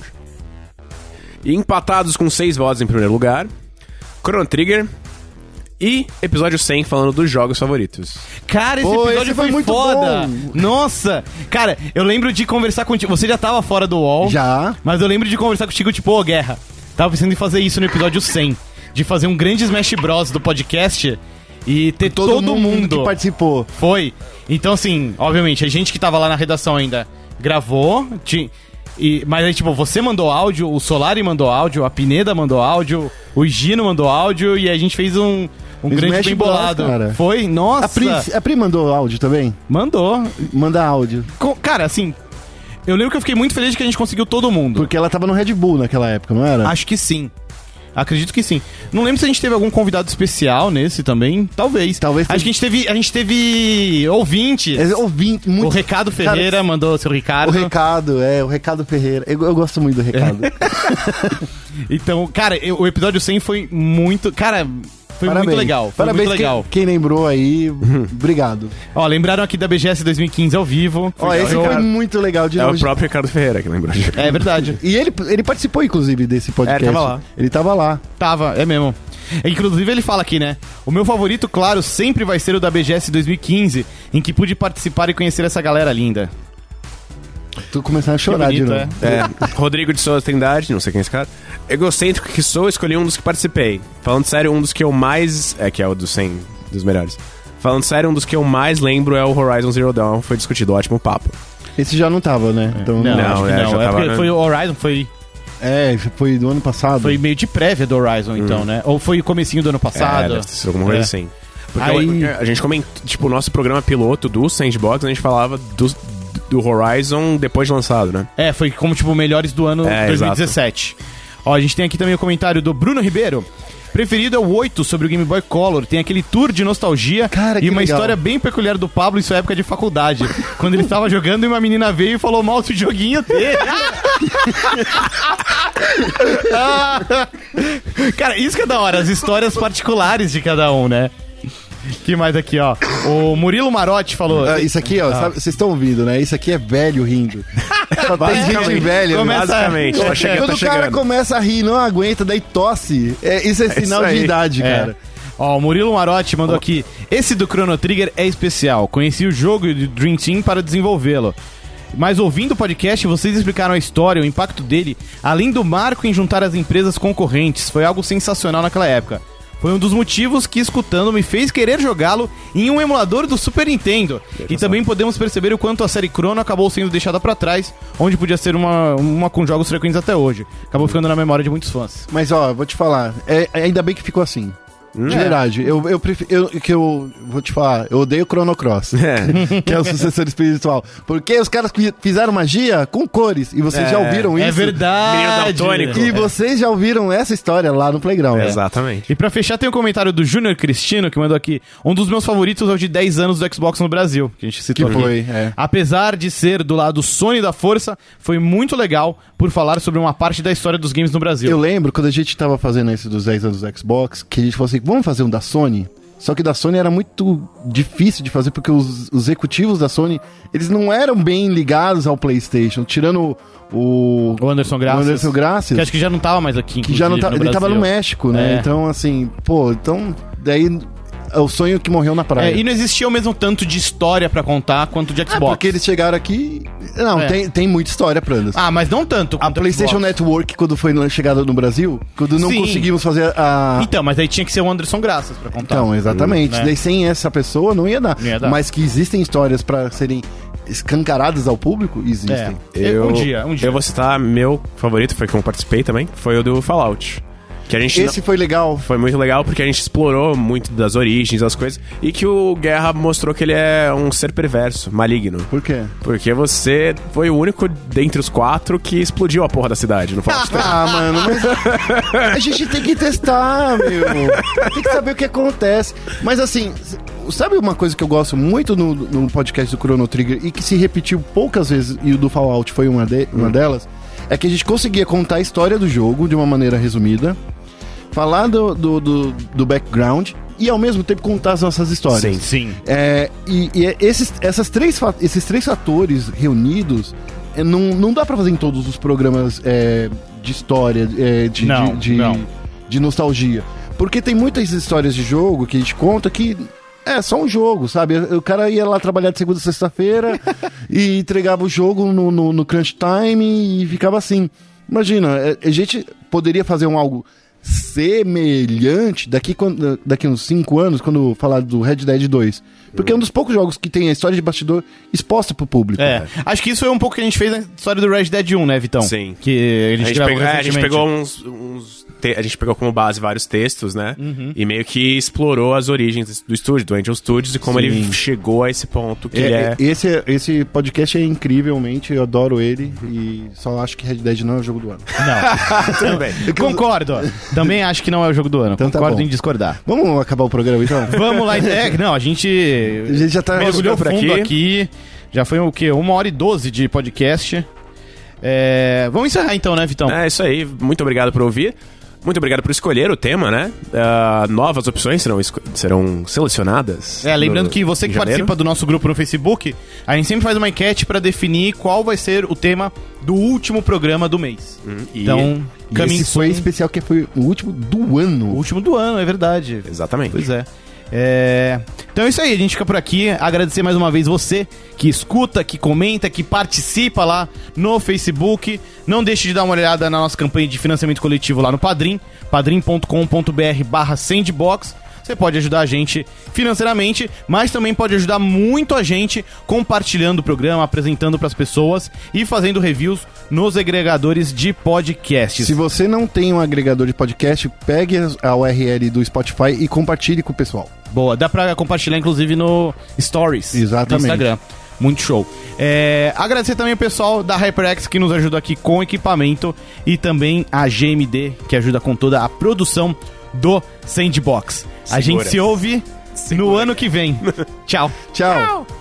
C: E empatados com seis votos em primeiro lugar, Chrono Trigger e episódio 100 falando dos jogos favoritos.
A: Cara, esse
B: Pô,
A: episódio
B: esse
A: foi,
B: foi muito
A: foda.
B: bom.
A: Nossa! Cara, eu lembro de conversar contigo. Você já tava fora do UOL.
B: Já.
A: Mas eu lembro de conversar contigo, tipo, ô, Guerra, tava pensando em fazer isso no episódio 100. De fazer um grande Smash Bros. do podcast e ter todo, mundo.
B: que participou.
A: Foi. Então, assim, obviamente, a gente que tava lá na redação ainda gravou. ti- E, mas aí, tipo, você mandou áudio, o Solari mandou áudio, a Pineda mandou áudio, o Gino mandou áudio e a gente fez um, um grande
B: Smash
A: bem
B: Bros,
A: bolado.
B: cara.
A: Foi? Nossa!
B: A Pri, a Pri mandou áudio também?
A: Mandou.
B: Manda áudio.
A: Co- Cara, assim, eu lembro que eu fiquei muito feliz que a gente conseguiu todo mundo.
B: Porque ela tava no Red Bull naquela época, não era?
A: Acho que sim. Acredito que sim. Não lembro se a gente teve algum convidado especial nesse também. Talvez.
B: Talvez
A: Acho que a gente teve, a gente teve ouvintes.
B: É, ouvinte,
A: O
B: muito.
A: Recado Ferreira
B: Cara,
A: mandou seu Ricardo.
B: o recado, é, o recado Ferreira. Eu, eu gosto muito do
A: [LAUGHS]
B: recado.
A: Então, cara, eu- o episódio 100 foi muito. Cara, foi muito legal. Foi
B: Parabéns
A: muito
B: quem-
A: legal.
B: Quem, lembrou aí, obrigado.
A: Ó, lembraram aqui da BGS 2015 ao vivo.
B: Ó, esse
A: Eu-
B: foi muito legal de
C: É o
B: novo.
C: próprio Ricardo Ferreira que lembrou.
A: [LAUGHS] É verdade.
B: E ele, ele participou, inclusive, desse podcast.
C: É, ele tava lá.
B: Ele tava lá.
A: Tava, é mesmo. Inclusive ele fala aqui, né? O meu favorito, claro, sempre vai ser o da BGS 2015, em que pude participar e conhecer essa galera linda.
B: Tô começando a chorar
A: bonito,
B: de
A: é.
B: novo.
C: É, Rodrigo de Souza Trindade, não sei quem é esse cara. Egocêntrico que sou, escolhi um dos que participei. Falando sério, um dos que eu mais. É que é o dos 100 dos melhores. Falando sério, um dos que eu mais lembro é o Horizon Zero Dawn. Foi discutido, ótimo papo.
B: Esse já não tava, né? Então,
A: é. Não,
C: Não,
A: acho que
C: é,
A: não.
C: já
A: É
C: tava-
A: porque foi o Horizon, foi,
B: É, foi do ano passado.
A: foi meio de prévia do Horizon, então, né? Ou foi o comecinho do ano
C: É,
A: passado.
C: deve ter sido alguma coisa
A: É.
C: assim. Porque
A: Aí-
C: eu- a gente comentou, tipo, o nosso programa piloto do Sandbox, a gente falava do, do Horizon depois de lançado, né?
A: É, foi como, tipo, melhores do ano
C: É,
A: 2017. Ó, a gente tem aqui também o comentário do Bruno Ribeiro. Preferido é o 8 sobre o Game Boy Color. Tem aquele tour de nostalgia
B: Cara,
A: e
B: que
A: uma
B: legal.
A: história bem peculiar do Pablo em sua época de faculdade. quando ele estava jogando e uma menina veio e falou mal do joguinho dele. [LAUGHS] Ah, Cara, isso que é da hora, as histórias particulares de cada um, né? Que mais aqui, ó? O Murilo Marotti falou.
B: Ah, isso aqui, ó, sabe- vocês estão ouvindo, né? Isso aqui é
A: [LAUGHS]
B: velho rindo. Só tem gente velho.
A: Começa-
B: né?
A: [LAUGHS]
C: Basicamente, tá chegando,
B: Quando
C: tá
B: o cara
C: chegando.
B: começa a rir, não aguenta, daí tosse. É, isso é sinal
C: aí.
B: de idade,
A: É.
B: cara.
A: Ó, o Murilo Marotti mandou aqui. Esse do Chrono Trigger é especial. Conheci o jogo do Dream Team para desenvolvê-lo. Mas ouvindo o podcast, vocês explicaram a história, o impacto dele, além do marco em juntar as empresas concorrentes. Foi algo sensacional naquela época. Foi um dos motivos que, escutando, me fez querer jogá-lo em um emulador do Super Nintendo. E também podemos perceber o quanto a série Chrono acabou sendo deixada pra trás, onde podia ser uma, uma com jogos frequentes até hoje. Acabou ficando na memória de muitos fãs.
B: Mas, ó, vou te falar. É, ainda bem que ficou assim. De verdade. Eu, eu prefiro. Eu, que eu vou te falar. Eu odeio Chrono Cross.
C: É.
B: [LAUGHS] que é o sucessor espiritual. Porque os caras fi- fizeram magia com cores. E vocês já ouviram isso. né?
A: É verdade!
C: Meio daltônico.
B: E vocês já ouviram essa história lá no Playground.
C: é, Exatamente.
A: E pra fechar, tem um comentário do Júnior Cristino que mandou aqui. Um dos meus favoritos é o de 10 anos do Xbox no Brasil, que a gente citou
B: Que
A: aqui.
B: foi, é.
A: Apesar de ser do lado Sony da força, foi muito legal por falar sobre uma parte da história dos games no Brasil.
B: Eu lembro quando a gente tava fazendo esse dos 10 anos do Xbox, que a gente falou assim, vamos fazer um da Sony? Só que da Sony era muito difícil de fazer, porque os, os executivos da Sony, eles não eram bem ligados ao Playstation, tirando o,
A: O Anderson
B: o
A: Graças.
B: Anderson Gracias,
A: Que acho que já não tava mais aqui,
B: que já não
A: inclusive,
B: tá, ele tava no
A: Brasil.
B: México, né?
A: É.
B: Então, assim, pô, então, daí é o sonho que morreu na praia.
A: É, e não existia o mesmo tanto de história pra contar quanto de
B: É,
A: Xbox.
B: porque eles chegaram aqui... Não,
A: É.
B: tem, tem muita história pra Anderson.
A: Ah, mas não tanto.
B: A PlayStation Network, quando foi lan- chegada no Brasil, quando não
A: Sim.
B: conseguimos fazer a,
A: Então, mas aí tinha que ser o Anderson Graças pra contar.
B: Então, exatamente.
A: né?
B: Daí sem essa pessoa não ia dar.
A: Não ia dar.
B: Mas que existem histórias pra serem escancaradas ao público, existem.
A: É. Eu- um dia, um dia.
C: Eu vou citar meu favorito, foi que eu participei também, foi o do Fallout. Que a
A: É.
C: gente
B: Esse foi legal.
C: Foi muito legal porque a gente explorou muito das origens, das coisas, e que o Guerra mostrou que ele é um ser perverso, maligno.
B: Por quê?
C: Porque você foi o único dentre os quatro que explodiu a porra da cidade no Fallout 3.
B: Ah, mano, mas a gente tem que testar, meu. Tem que saber o que acontece. Mas assim, s- sabe uma coisa que eu gosto muito no, no podcast do Chrono Trigger e que se repetiu poucas vezes, e o do Fallout foi uma, de- uma delas, é que a gente conseguia contar a história do jogo de uma maneira resumida, falar do, do, do, do background e ao mesmo tempo contar as nossas histórias.
C: Sim.
A: Sim.
B: É, e e esses, essas três, fa- esses três fatores reunidos é, não, não dá pra fazer em todos os programas é, de história, é, de,
A: Não,
B: de, de-
A: não.
B: de nostalgia. Porque tem muitas histórias de jogo que a gente conta que é só um jogo, sabe? O cara ia lá trabalhar de segunda a
C: [LAUGHS]
B: sexta-feira e entregava o jogo no, no- no crunch time e ficava assim. Imagina, é, a gente poderia fazer um algo semelhante daqui, quando, daqui uns 5 anos, quando falar do Red Dead 2. Porque é um dos poucos jogos que tem a história de bastidor exposta pro público.
A: É, acho que isso foi um pouco que a gente fez na história do Red Dead 1, né, Vitão?
C: Sim.
A: Que [LAUGHS] a
C: A
A: gente,
C: gente,
A: gravou
C: pegou, é, a gente
A: recentemente.
C: pegou uns. uns te- a gente pegou como base vários textos, né?
A: Uhum.
C: E meio que explorou as origens do estúdio, do Angel Studios, e como
B: Sim.
C: ele chegou a esse ponto que
B: É,
C: ele é.
B: é- Esse, esse podcast é incrivelmente, eu adoro ele e só acho que Red Dead não é o jogo do ano.
C: um- Tudo bem.
B: [LAUGHS]
A: Eu Concordo. Também acho que não é o jogo do ano.
B: Então tá
A: Concordo
B: bom.
A: em discordar.
B: Vamos acabar o programa então?
A: [LAUGHS] Vamos lá, é, não, a gente.
B: A gente já tá
A: mergulhou
C: por
A: fundo aqui.
C: aqui.
A: Já foi o quê? Uma hora e doze de podcast. É, vamos encerrar então, né, Vitão?
C: É isso aí. Muito obrigado por ouvir. Muito obrigado por escolher o tema, né? Ah, novas opções serão, esco- serão selecionadas.
A: É, lembrando
C: no-
A: que você que
C: em janeiro.
A: participa do nosso grupo no Facebook, a gente sempre faz uma enquete pra definir qual vai ser o tema do último programa do mês.
C: E-
A: Então,
B: E
A: caminho
B: esse foi especial que foi o último do
A: O
B: ano.
A: último do ano, é verdade.
C: Exatamente.
A: Pois é. É, Então é isso aí, a gente fica por aqui. Agradecer mais uma vez você que escuta, que comenta, que participa lá no Facebook. Não deixe de dar uma olhada na nossa campanha de financiamento coletivo lá no Padrim, padrim.com.br barra sandbox. Você Você pode ajudar a gente financeiramente, mas também pode ajudar muito a gente compartilhando o programa, apresentando pras pessoas e fazendo reviews nos agregadores de podcasts.
B: Se você não tem um agregador de podcast, pegue as- a URL do Spotify e compartilhe com o pessoal.
A: Boa, dá pra compartilhar inclusive no Stories
B: Exatamente.
A: do Instagram. Muito show. É, agradecer também o pessoal da HyperX que nos ajuda aqui com equipamento e também a GMD que ajuda com toda a produção do Sandbox. A
C: Segura.
A: gente se ouve no ano que vem. Tchau.
B: Tchau.
A: é.